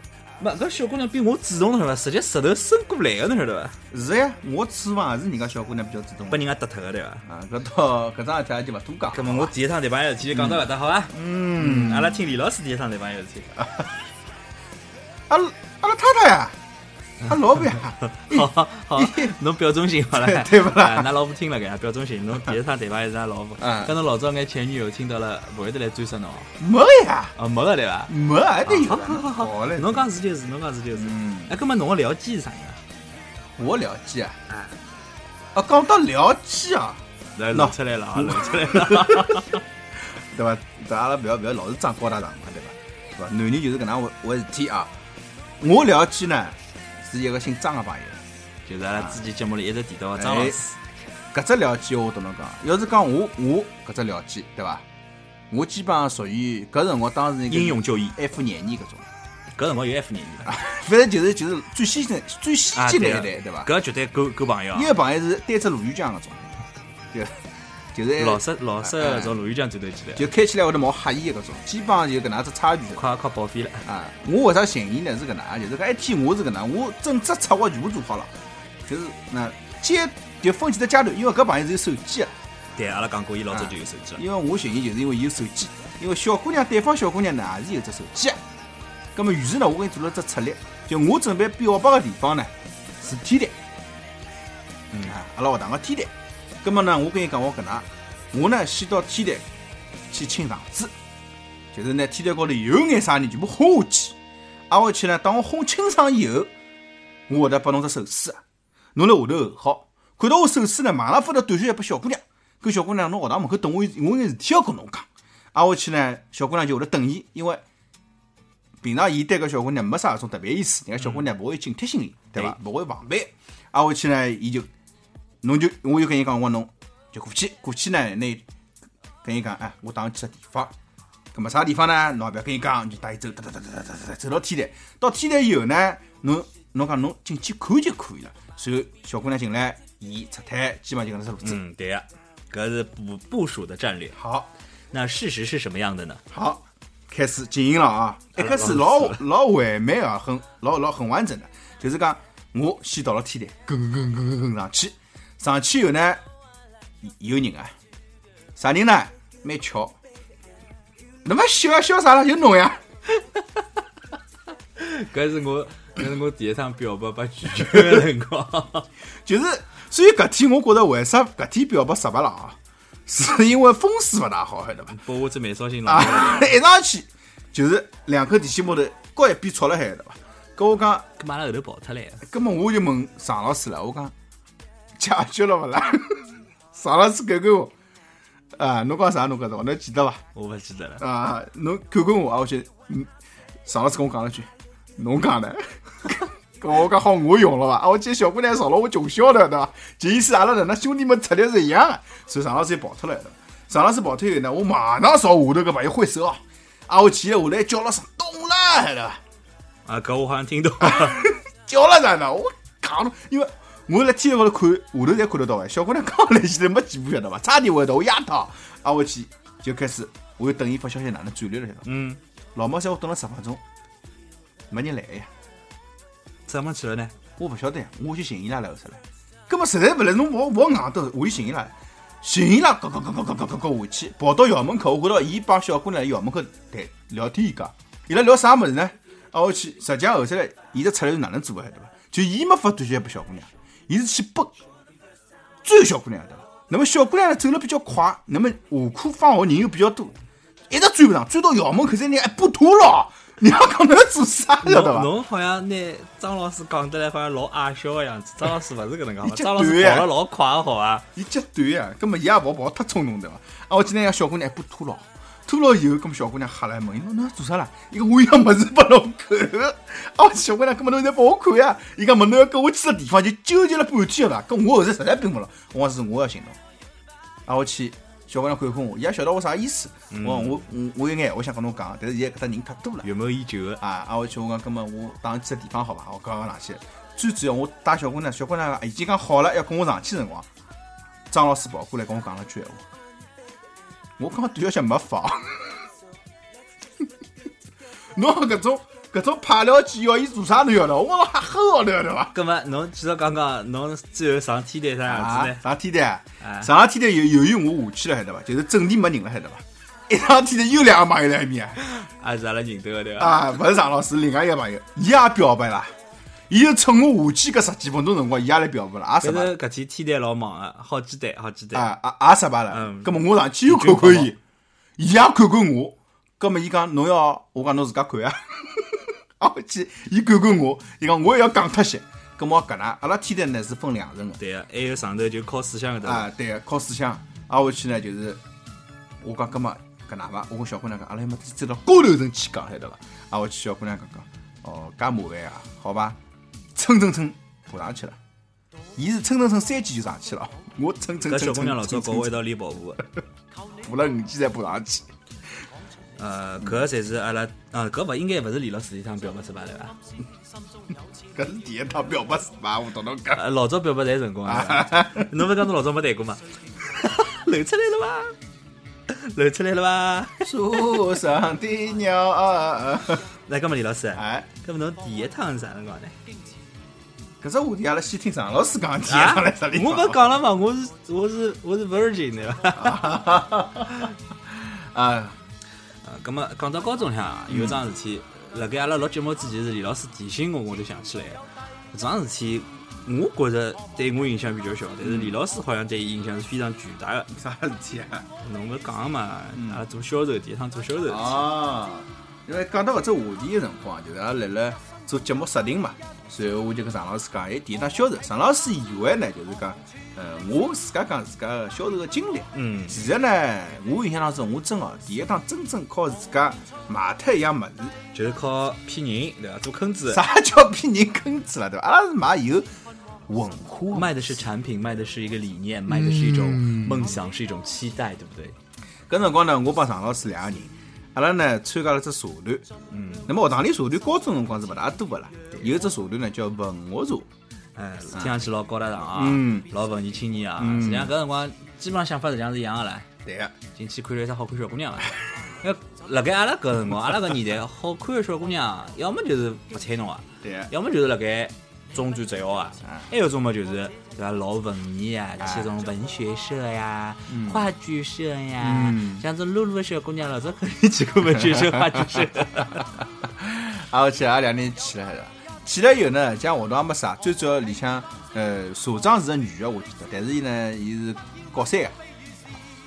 Speaker 2: 没搿小姑娘比我主动，侬晓得伐？直接舌头伸过来个，侬晓得伐？
Speaker 4: 是呀，我初吻也是人家小姑娘比较主动
Speaker 2: 拨人家搭脱个对伐？
Speaker 4: 啊，搿倒搿桩事体也就勿多讲。
Speaker 2: 咁么我第一趟谈朋友事体就讲到搿搭好伐？嗯，阿拉听李老师第一趟谈朋友事体。
Speaker 4: 啊阿拉阿拉太太呀，阿拉老
Speaker 2: [LAUGHS]
Speaker 4: 婆呀，，
Speaker 2: 好好，侬表忠心好了
Speaker 4: 对不啦
Speaker 2: 啊？㑚老婆听了搿呀，表忠心，侬第一趟谈朋友是㑚老婆。
Speaker 4: 嗯
Speaker 2: 搿侬老早眼前女友听到了，勿会得来追杀侬哦。
Speaker 4: 没呀，
Speaker 2: 哦，没个对伐？
Speaker 4: 没还得有
Speaker 2: 好
Speaker 4: 的。
Speaker 2: 好好好，
Speaker 4: 嘞，
Speaker 2: 侬讲是就是，侬讲是就是。
Speaker 4: 嗯
Speaker 2: 哎，搿么侬个聊机是啥人
Speaker 4: 我了解啊。啊，讲到了解啊。
Speaker 2: 啊？
Speaker 4: 喏
Speaker 2: 来露出来了啊，露出来了。
Speaker 4: 对伐？对阿拉勿要勿要老是装高大上嘛，对伐？对伐？男女就是搿能回回事体啊。我了解呢，是一个姓张个朋友。
Speaker 2: 就是阿拉之前节目里一直提到的张老师，
Speaker 4: 搿只了解我同侬讲，要是讲我我搿只了解，对伐？我基本上属于搿辰光当时
Speaker 2: 英勇就义，
Speaker 4: 爱富廿年搿种，
Speaker 2: 搿辰光有 F 年纪了。
Speaker 4: 反正就是就是最先进最先进那一
Speaker 2: 啊
Speaker 4: 代，对伐？
Speaker 2: 搿绝对够够朋友啊
Speaker 4: 伊。个朋友是单只鲈鱼酱搿种，就就是
Speaker 2: 老实老实
Speaker 4: 哎，
Speaker 2: 从鲁豫酱走头去的，
Speaker 4: 就开起来会得冒黑烟搿种，基本上就搿能样子差距。
Speaker 2: 快快报废了。
Speaker 4: 啊，我为啥寻伊呢？是搿能啊，就是搿一天我是搿能，我整只策划全部做好了，就是那阶就分几只阶段，因为搿朋友是有手机的，
Speaker 2: 对，阿拉讲过，伊老早就有手机了。
Speaker 4: 因为我寻伊就是因为伊有手机，因为小姑娘对方小姑娘呢也是有只手机的，葛末于是呢，我给伊做了只策略，就我准备表白个地方呢是天台，嗯啊，阿拉学堂个天台，葛末呢，我跟伊讲我搿能，啊我呢先到天台去清场子，就是呢天台高头有眼啥人全部轰下去，挨下去呢，当我轰清爽以后，我会得拨侬只手势，啊侬辣下头候好，看到我手势呢，马上发条短信来拨小姑娘，跟小姑娘侬学堂门口等我，我有眼事体要跟侬讲，挨下去呢，小姑娘就会得等伊，因为。平常伊对搿小姑娘没啥种特别意思，人家小姑娘勿会警惕心理，对伐？勿会啊防备。挨下去呢，伊就，侬就我就跟伊讲，我讲侬就过去，过去呢，拿跟伊讲，哎，我带侬去个地方。咁么啥地方呢？侬也勿要跟伊讲，就带伊走，哒哒哒哒哒哒，走到天台。到天台以后呢，侬侬讲侬进去看就可以了。随后小姑娘进来，伊出摊，基本上就搿能只路子。
Speaker 6: 嗯，对呀、搿是部部署的战略。
Speaker 4: 好，
Speaker 6: 那事实是什么样的呢？
Speaker 4: 好，开始进行了啊！一开始老老完美啊，很老老很完整的，就是讲我先到了天台，跟跟跟跟跟跟上去，上去以后呢，有人啊，啥人呢？蛮巧，那么笑啊笑啥了？就侬呀，
Speaker 2: [LAUGHS] 搿是我，搿是我第一趟表白被拒绝的辰 [LAUGHS] 光。
Speaker 4: 就是所以搿天我觉得为啥搿天表白失败了啊？是因为风水勿大好，晓得伐？
Speaker 2: 拨我只眉梢心了。
Speaker 4: 啊， [LAUGHS] 一上去就是两口电线木头高一边戳了海，晓得伐？搿我讲。
Speaker 2: 搿嘛阿拉后头跑脱来的。
Speaker 4: 咁么我就问常老师了，我讲解决了勿啦？ [LAUGHS] 常老师看看我，啊，侬讲啥？侬搿辰光侬记得伐？
Speaker 2: 我勿记得了。
Speaker 4: 啊，侬看看我啊，我去，嗯，常老师跟我讲了句，侬讲的。 [LAUGHS] 跟我讲好，我用了伐？啊，我记得小姑娘吵了我穷笑的，对伐？就意思阿拉哪能兄弟们策略是一样的，所以常老师也跑脱了，对伐？常老师跑脱以后呢，我马上朝下头搿朋友挥手啊，啊，我起来下来叫了声，懂了，晓得伐？
Speaker 6: 啊，搿我好像听懂了。
Speaker 2: [LAUGHS]
Speaker 4: 叫了啥呢？我扛了，因为我辣天台高头看，下头才看得到哎。小姑娘刚来前头没几步，晓得伐？差点回头，我压她，啊，我去就开始，我就等伊发消息哪能转来了，晓得伐？
Speaker 6: 嗯，
Speaker 4: 老毛三我等了十分钟，没人来呀，
Speaker 6: 怎么去了呢？
Speaker 4: 我勿晓得呀，我就寻伊拉来后头来。根本实在勿来，侬跑跑硬到，我就寻伊拉来，寻伊拉，咯咯咯咯咯咯咯咯回去，跑到校门口，我觉着伊帮小姑娘在校门口谈聊天一家，伊拉聊啥物事呢？啊，我去，实际上后头来，伊的策略是哪能做的，晓得伐？就伊没发短信拨小姑娘，伊是去拨追小姑娘，晓得伐？那么小姑娘呢走了比较快，那么下课放学人又比较多，一直追不上，追到校门口，这人哎不吐了，你要讲能做啥，晓得伐
Speaker 2: 侬？侬好像拿张老师讲得来，好像老阿笑的样子。张老师勿是搿能讲 [LAUGHS]
Speaker 4: 你
Speaker 2: 的，
Speaker 4: 这
Speaker 2: 张老师
Speaker 4: 对啊
Speaker 2: 跑了老快的，好啊 [LAUGHS] 伐？
Speaker 4: 伊脚短呀，根本伊也勿跑太冲动对伐？啊，我今天让小姑娘一把拖牢，拖牢以后，搿么小姑娘吓来问伊哎侬侬要做啥啦？伊讲我要物事拨侬看。啊，我小姑娘搿么侬侪拨我看呀？伊讲么侬要跟我去个地方就纠结了半天了，搿我后头实在并勿牢，我讲是我要行动。啊，我去。小姑娘看看我，伊也晓得我啥意思。我讲我我我有眼闲话想跟侬讲，但是现在搿搭人太多了。
Speaker 6: 预谋已久的。
Speaker 4: 啊，啊我去，我讲，葛么我带侬去个地方好伐？我讲讲哪些？最主要我带小姑娘，小姑娘已经讲好了要跟我上去的辰光，张老师跑过来跟我讲了句闲话，我刚刚短消息没发。 [LAUGHS] 侬搿种搿种派了去要伊做啥侬晓得伐？我讲吓好了对伐？
Speaker 2: 葛末侬继续讲讲，侬最后上天台啥样
Speaker 4: 啊
Speaker 2: 子呢？，
Speaker 4: 上天台
Speaker 2: 啊
Speaker 4: 啊，上了天台由由于我下去了晓得伐？就是阵地没人了晓得伐？一上天台又两个朋友来埃面啊。
Speaker 2: 也是阿拉认得个对伐？
Speaker 4: 啊，勿是常老师，另外一个朋友，伊也表白了，伊就趁我下去搿十几分钟辰光，伊也来表白了，也
Speaker 2: 但
Speaker 4: 失败
Speaker 2: 是搿天天台老忙个，好几台， [LAUGHS] 好几台。
Speaker 4: 啊，啊也失败了
Speaker 2: 嗯。
Speaker 4: 葛么我上去又看看伊，伊也看看我。葛么伊讲侬要，我讲侬自家看啊。 [LAUGHS] 啊，我去，伊看看我，伊讲我也要讲脱些。葛么搿能，阿拉天台呢是分两层个。
Speaker 2: 对个，啊还有上头就靠水箱搿搭。
Speaker 4: 啊，对，靠四箱。挨下去呢，就是我讲，葛么搿哪伐？我跟小姑娘讲，阿拉要么子走到高头层去讲，晓得伐？挨下去小姑娘讲讲，哦，介麻烦啊，好伐？蹭蹭蹭爬上去了。伊是蹭蹭蹭三级就上去了，我蹭蹭
Speaker 2: 搿
Speaker 4: 蹭
Speaker 2: 小
Speaker 4: 蹭
Speaker 2: 姑娘老早
Speaker 4: 蹭
Speaker 2: 跟
Speaker 4: 蹭
Speaker 2: 我一
Speaker 4: 蹭
Speaker 2: 道练跑步个，
Speaker 4: 爬了五级才爬上去。嗯
Speaker 2: 呃，搿才是阿拉，啊，搿勿应该勿是练了四天趟表白失败对伐？
Speaker 4: 搿是第一趟表白是伐？我同侬讲，
Speaker 2: 呃，老早表白侪成功啊！ [LAUGHS] 侬勿是讲侬老早没谈过吗？ [LAUGHS] 露出来了伐？ [LAUGHS] 露出来了伐？
Speaker 4: 树上的鸟啊儿，
Speaker 2: [LAUGHS] 来，搿么李老师，
Speaker 4: 哎，
Speaker 2: 搿么侬第一趟是啥辰光呢？
Speaker 4: 搿只话题阿拉先听常老师讲，第一
Speaker 2: 啊
Speaker 4: 趟来啥地，
Speaker 2: 我
Speaker 4: 方
Speaker 2: 勿讲了嘛，我是我是我是 virgin 对伐？
Speaker 4: [LAUGHS] 啊，
Speaker 2: 呃，咁么讲到高中向啊，有一桩事体，辣盖阿拉录节目之前是李老师提醒我，我就想起来了。搿桩事体，我觉着对我影响比较小，但是李老师好像对伊影响是非常巨大的。
Speaker 4: 啥事体啊？
Speaker 2: 侬勿是讲个嘛，
Speaker 4: 嗯
Speaker 2: 阿拉做销售，第一趟做销售的事体，
Speaker 4: 哦，因为讲到搿只话题个辰光，就是阿拉辣辣做节目设定嘛，随后我就跟常老师讲，哎，第一趟销售，常老师以为呢，就是讲，呃，我自家讲自家呃个销售个经历，
Speaker 2: 嗯
Speaker 4: 其实呢，我印象当中，我真哦，第一趟真正靠自家卖脱一样物事，
Speaker 2: 就是靠骗人对伐？做坑子，
Speaker 4: 啥叫被人坑住了，对伐？阿拉是买有文化嘛，嗯
Speaker 2: 卖的是产品，卖的是一个理念，卖的是一种梦想，是一种期待，对不对？
Speaker 4: 搿辰光呢，我帮常老师两个人，阿拉呢参加了只社团。嗯，那么学堂里社团高中辰光是勿大多个啦，有一只社团呢叫文学社。
Speaker 2: 哎，听上去老高大上啊，
Speaker 4: 嗯
Speaker 2: 老文艺青年啊。实际上搿辰光基本上想法实际上是一样的啦。
Speaker 4: 对个，
Speaker 2: 进去看了一只好看小姑娘啊。 [LAUGHS] 那辣盖阿拉搿辰光，阿拉搿年代，好看的小姑娘，啊要么就是不睬侬啊，
Speaker 4: 对 [LAUGHS] 个，
Speaker 2: 要么就是辣盖中专职校啊
Speaker 4: 啊，
Speaker 2: 还有种么就是对伐老文艺啊，去种文学社呀、
Speaker 4: 嗯
Speaker 2: 话剧社呀，像这露露的小姑娘老早可以去过文学社、话剧
Speaker 4: [LAUGHS]
Speaker 2: 社。
Speaker 4: 啊，我去，阿拉两个人去了还是。去了以后呢，讲活动也没啥，最主要里向，呃，社长是个女个，我记得，但是伊呢，伊是高三个，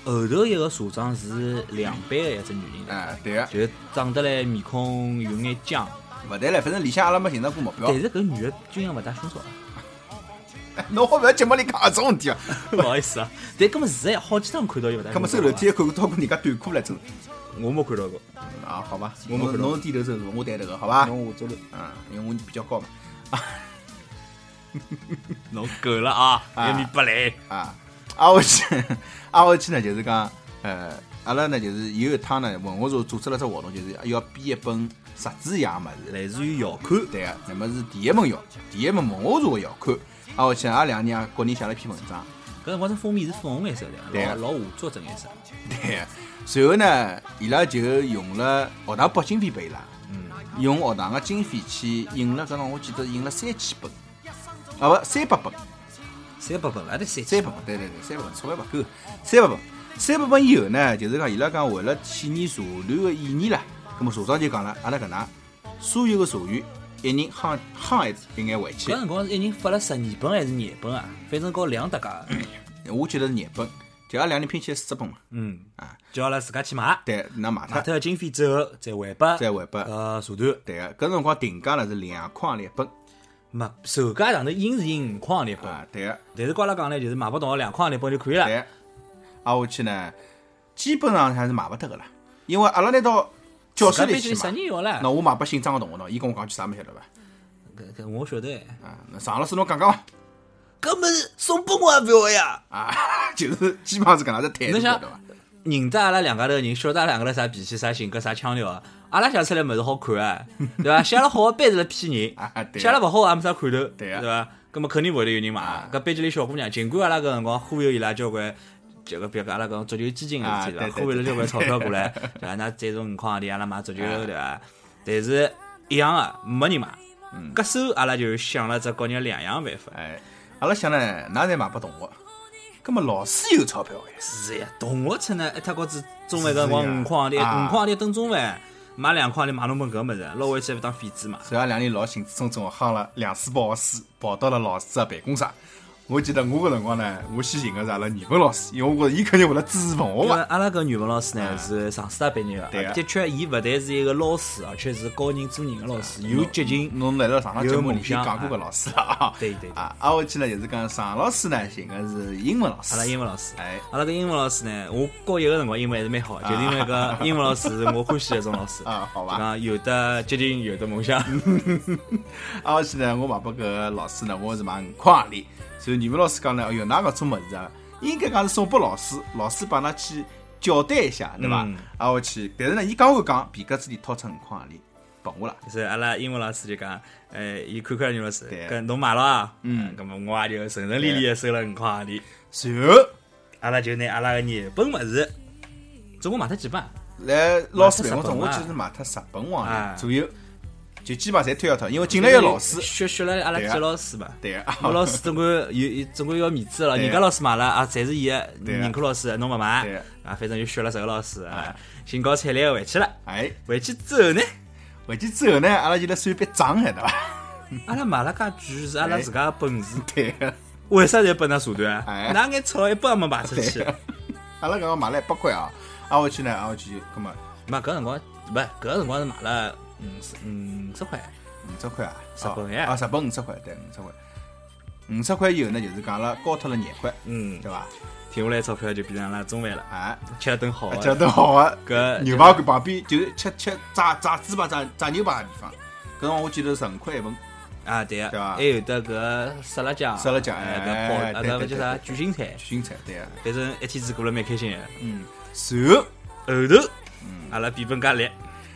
Speaker 2: 后头一个社长是两班的一只女人，
Speaker 4: 啊，对个，
Speaker 2: 就是长得来面孔有眼僵，
Speaker 4: 勿对唻，反正里向阿拉没寻到过目标
Speaker 2: 但。是搿女的军样勿大凶少啊。
Speaker 4: [LAUGHS]
Speaker 2: [LAUGHS]
Speaker 4: 侬好勿要节目里讲搿种事体 [LAUGHS] 啊！
Speaker 2: 不好意思啊，但搿么现在好几趟看到伊勿大。啊
Speaker 4: 搿么走楼梯，还看到过人家短裤了，真的。
Speaker 2: 我没看到过。
Speaker 4: 啊，好吧，
Speaker 2: 我
Speaker 4: 我
Speaker 2: 没看
Speaker 4: 们
Speaker 2: 到
Speaker 4: 侬是低头走路，我抬头个，好吧？
Speaker 2: 侬下周六，
Speaker 4: 嗯，因为我比较高嘛。
Speaker 2: 侬够了啊，
Speaker 4: 啊
Speaker 2: 一米八零。
Speaker 4: 啊，挨下去， [LAUGHS] 挨下去呢，就是讲，呃，阿拉呢就是有一趟呢，文化社组织了只活动，就是要编一本杂志一样么子，
Speaker 2: 来自于遥看，
Speaker 4: 对个、那么是第一本校，第一本文化社的校刊。挨下去，阿拉两个人啊各人写了一篇文章，
Speaker 2: 搿辰光只封面是粉红颜色
Speaker 4: 对
Speaker 2: 的，
Speaker 4: 啊
Speaker 2: 老老下作这颜色。
Speaker 4: 对个。随后呢，伊拉就用了学堂拨经费拨伊拉，
Speaker 2: 嗯，
Speaker 4: 用学堂个经费去印了，搿辰光我记得印了三千本，啊勿三百本。
Speaker 2: 三百本，还得三
Speaker 4: 三百本，对对对，三百本，钞票勿够，三百本，三百本以后呢，就是讲伊拉讲为了体现社团的意义啦，咁么社长就讲了，阿拉搿能，所有的社员一人夯夯一一眼回去
Speaker 2: 搿，辰光是一人发了十二本还是廿本啊？反正搞两搭家。
Speaker 4: 我记得是廿本，就阿拉两人拼起来四十本嘛，
Speaker 2: 嗯
Speaker 4: 啊，
Speaker 2: 叫阿拉自家去买，
Speaker 4: 对，那买
Speaker 2: 买
Speaker 4: 脱，
Speaker 2: 脱经费之后再还拨
Speaker 4: 再还拨
Speaker 2: 呃社团。
Speaker 4: 对个，搿辰光定价呢是两块行钿一本，
Speaker 2: 没售价上头应是印五块行钿一本，
Speaker 4: 啊，对个，
Speaker 2: 但是高拉讲呢，就是买不到两块行钿一本就可以了。
Speaker 4: 对，挨下去呢，基本上还是买勿脱个啦，因为阿拉拿到教室里去
Speaker 2: 十
Speaker 4: 买，
Speaker 2: 人要了
Speaker 4: 那。我买拨姓张个同学喏，伊跟我讲句啥么晓得伐？
Speaker 2: 搿搿我晓得，
Speaker 4: 啊，那常老师侬讲讲伐？
Speaker 2: 搿么是送拨我也勿要呀。
Speaker 4: 啊， [LAUGHS] 就是基本上是搿能只态度，
Speaker 2: 侬想
Speaker 4: 晓得伐？
Speaker 2: 认得阿拉两家头的人，晓得阿拉两家头啥脾气、啥性格、啥腔调啊，阿拉写出来物事好看
Speaker 4: [LAUGHS]
Speaker 2: 啊，对伐？写了好的班是辣骗
Speaker 4: 啊
Speaker 2: 人，
Speaker 4: 对
Speaker 2: 写了勿好也没啥看头，
Speaker 4: 对
Speaker 2: 对
Speaker 4: 啊
Speaker 2: 伐？搿么肯定勿会得有人买。啊搿班级里小姑娘，尽管阿拉搿辰光忽悠伊拉交关。这个别个阿拉讲足球基金个事体
Speaker 4: 啊
Speaker 2: 对伐？
Speaker 4: 对对啊
Speaker 2: 忽悠了交关钞票过
Speaker 4: [LAUGHS]
Speaker 2: 来，对伐？那赞助五块行钿，阿拉买足球对伐？但是一样个没人买，
Speaker 4: 嗯
Speaker 2: 搿手阿拉就想了只告人家两样办法。
Speaker 4: 哎，阿拉想呢，㑚侪买拨同学，葛么老师有钞票哎，
Speaker 2: 是呀，同学出呢，哎一塌高子中饭搿辰光
Speaker 4: 是呀
Speaker 2: 五块行钿，
Speaker 4: 啊
Speaker 2: 五块行钿等中饭，买两块行钿买侬本搿物事，捞回去还勿当废纸嘛。
Speaker 4: 所以啊阿拉两人老兴致冲冲地夯了两书包的书，跑到了老师的办公室。我记得我搿辰光呢，我先寻个是阿拉语文老师，因为我觉着伊肯定会来支持同学
Speaker 2: 因为
Speaker 4: 嘛。
Speaker 2: 阿拉搿语文老师呢是上师大毕业
Speaker 4: 啊对
Speaker 2: 的，
Speaker 4: 呀
Speaker 2: 的确伊勿但是一个老师，而且是教人做人的老师，有激情。
Speaker 4: 侬来到上趟节目里
Speaker 2: 有梦
Speaker 4: 已经
Speaker 2: 想
Speaker 4: 讲过搿老师了啊。
Speaker 2: 对对对
Speaker 4: 啊，挨下去呢就是讲常老师呢寻个是英文老师。
Speaker 2: 阿拉英文老师
Speaker 4: 哎，
Speaker 2: 阿拉搿英文老师呢，我高一个辰光英文还是蛮好的，就是因为
Speaker 4: [LAUGHS]
Speaker 2: 搿英文老师是我欢喜的一种老师
Speaker 4: 啊好吧嗯
Speaker 2: 就讲有的激情，有的梦想。
Speaker 4: 挨下去呢，啊我买拨搿个老师呢，我是买五块行钿。所以语文老师讲呢，哎哟，㑚搿种物事啊，应该讲是送拨老师，老师帮㑚去交代一下，对伐
Speaker 2: 嗯？
Speaker 4: 挨下去，但是呢，伊讲归讲，皮夹子里掏出五块行钿拨我了。
Speaker 2: [LAUGHS] 是阿拉英文老师就讲，呃，伊看看女老师，
Speaker 4: 对
Speaker 2: 搿侬买了啊，
Speaker 4: 嗯
Speaker 2: 搿么我也就诚诚烈烈地收了五块行钿。
Speaker 4: 随后
Speaker 2: 阿拉就拿阿拉个廿本物事，总共买脱几本啊？
Speaker 4: 来老师办公室，
Speaker 2: 买脱十本
Speaker 4: 我记得是买脱十本黄
Speaker 2: 嘛哎
Speaker 4: 钿左右，就基本上侪推掉脱，因为进来有老师，
Speaker 2: 学学了阿拉几个老师嘛。
Speaker 4: 对啊，
Speaker 2: 我老师总归有有总归要面子了，
Speaker 4: 对啊
Speaker 2: 人家老师买了啊，侪是伊个
Speaker 4: 对啊
Speaker 2: 认可老师，侬勿买
Speaker 4: 对
Speaker 2: 啊
Speaker 4: 啊，
Speaker 2: 反正就学了十个老师啊，兴高采烈地回去了。
Speaker 4: 哎，
Speaker 2: 回去之后呢，
Speaker 4: 回去之后呢，阿拉就来算一笔账，晓得伐？
Speaker 2: 阿拉买了介句是阿拉
Speaker 4: 嗯哎
Speaker 2: 自家个本事，
Speaker 4: [LAUGHS] 对个，
Speaker 2: 为啥侪拨㑚社团啊
Speaker 4: 哎？啊
Speaker 2: 拿眼钞一本也没卖出去。
Speaker 4: 阿拉搿个买了一百块啊，挨下去呢，挨下去，葛末
Speaker 2: 嘛，搿辰光勿搿辰光是买了五十五十块，
Speaker 4: 五十块啊，
Speaker 2: 十本哎
Speaker 4: 啊，十本五十块，对，五十块。五十块以后呢，就是讲了高脱了廿块，
Speaker 2: 嗯
Speaker 4: 对伐？
Speaker 2: 停下来钞票就变成阿拉中饭了，
Speaker 4: 哎，
Speaker 2: 吃了顿好的
Speaker 4: 这都好
Speaker 2: [LAUGHS]
Speaker 4: 啊。
Speaker 2: 搿
Speaker 4: 牛排馆旁边就是吃吃炸炸猪排、炸炸牛排的地方，搿辰光我记得是五块一份，
Speaker 2: 啊，对个，
Speaker 4: 对伐
Speaker 2: 还有得搿沙拉酱，
Speaker 4: 沙拉酱
Speaker 2: 哎，
Speaker 4: 哎
Speaker 2: 搿泡，啊
Speaker 4: 对
Speaker 2: 搿
Speaker 4: 对
Speaker 2: 叫
Speaker 4: 对
Speaker 2: 啥
Speaker 4: 对
Speaker 2: 卷心菜，
Speaker 4: 熏菜对啊。
Speaker 2: 反正一天子过了蛮开心的。
Speaker 4: 嗯，随后
Speaker 2: 后头，阿拉变本加厉，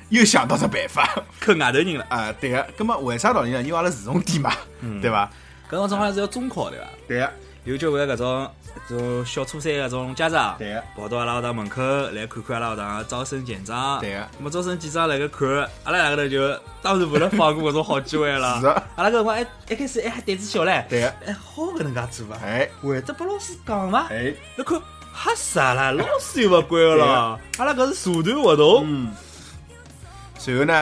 Speaker 4: 又想到只办法， [LAUGHS]
Speaker 2: 扣外头人了。
Speaker 4: 啊，对个，葛么为啥道理呢？因为阿拉是兄弟嘛，
Speaker 2: 嗯
Speaker 4: 对伐？
Speaker 2: 搿辰光好像是要中考对伐？
Speaker 4: 对啊个，
Speaker 2: 有交关搿种搿种小初三搿种家长，
Speaker 4: 对个
Speaker 2: 跑到阿拉学堂门口来看看阿拉学堂的招生简章，
Speaker 4: 对个
Speaker 2: 那么招生简章辣盖看，阿拉两个头就当然勿能放过搿种好机会了。
Speaker 4: 是的
Speaker 2: 阿拉搿辰光还一开始还还胆子小唻，
Speaker 4: 对个，
Speaker 2: 哎，好搿能介做伐？
Speaker 4: 哎
Speaker 2: 会得拨老师讲伐？
Speaker 4: 哎，
Speaker 2: 那看吓傻了，老师又勿管个了。阿拉搿是社团活
Speaker 4: 啊
Speaker 2: 动，
Speaker 4: 嗯，随后呢，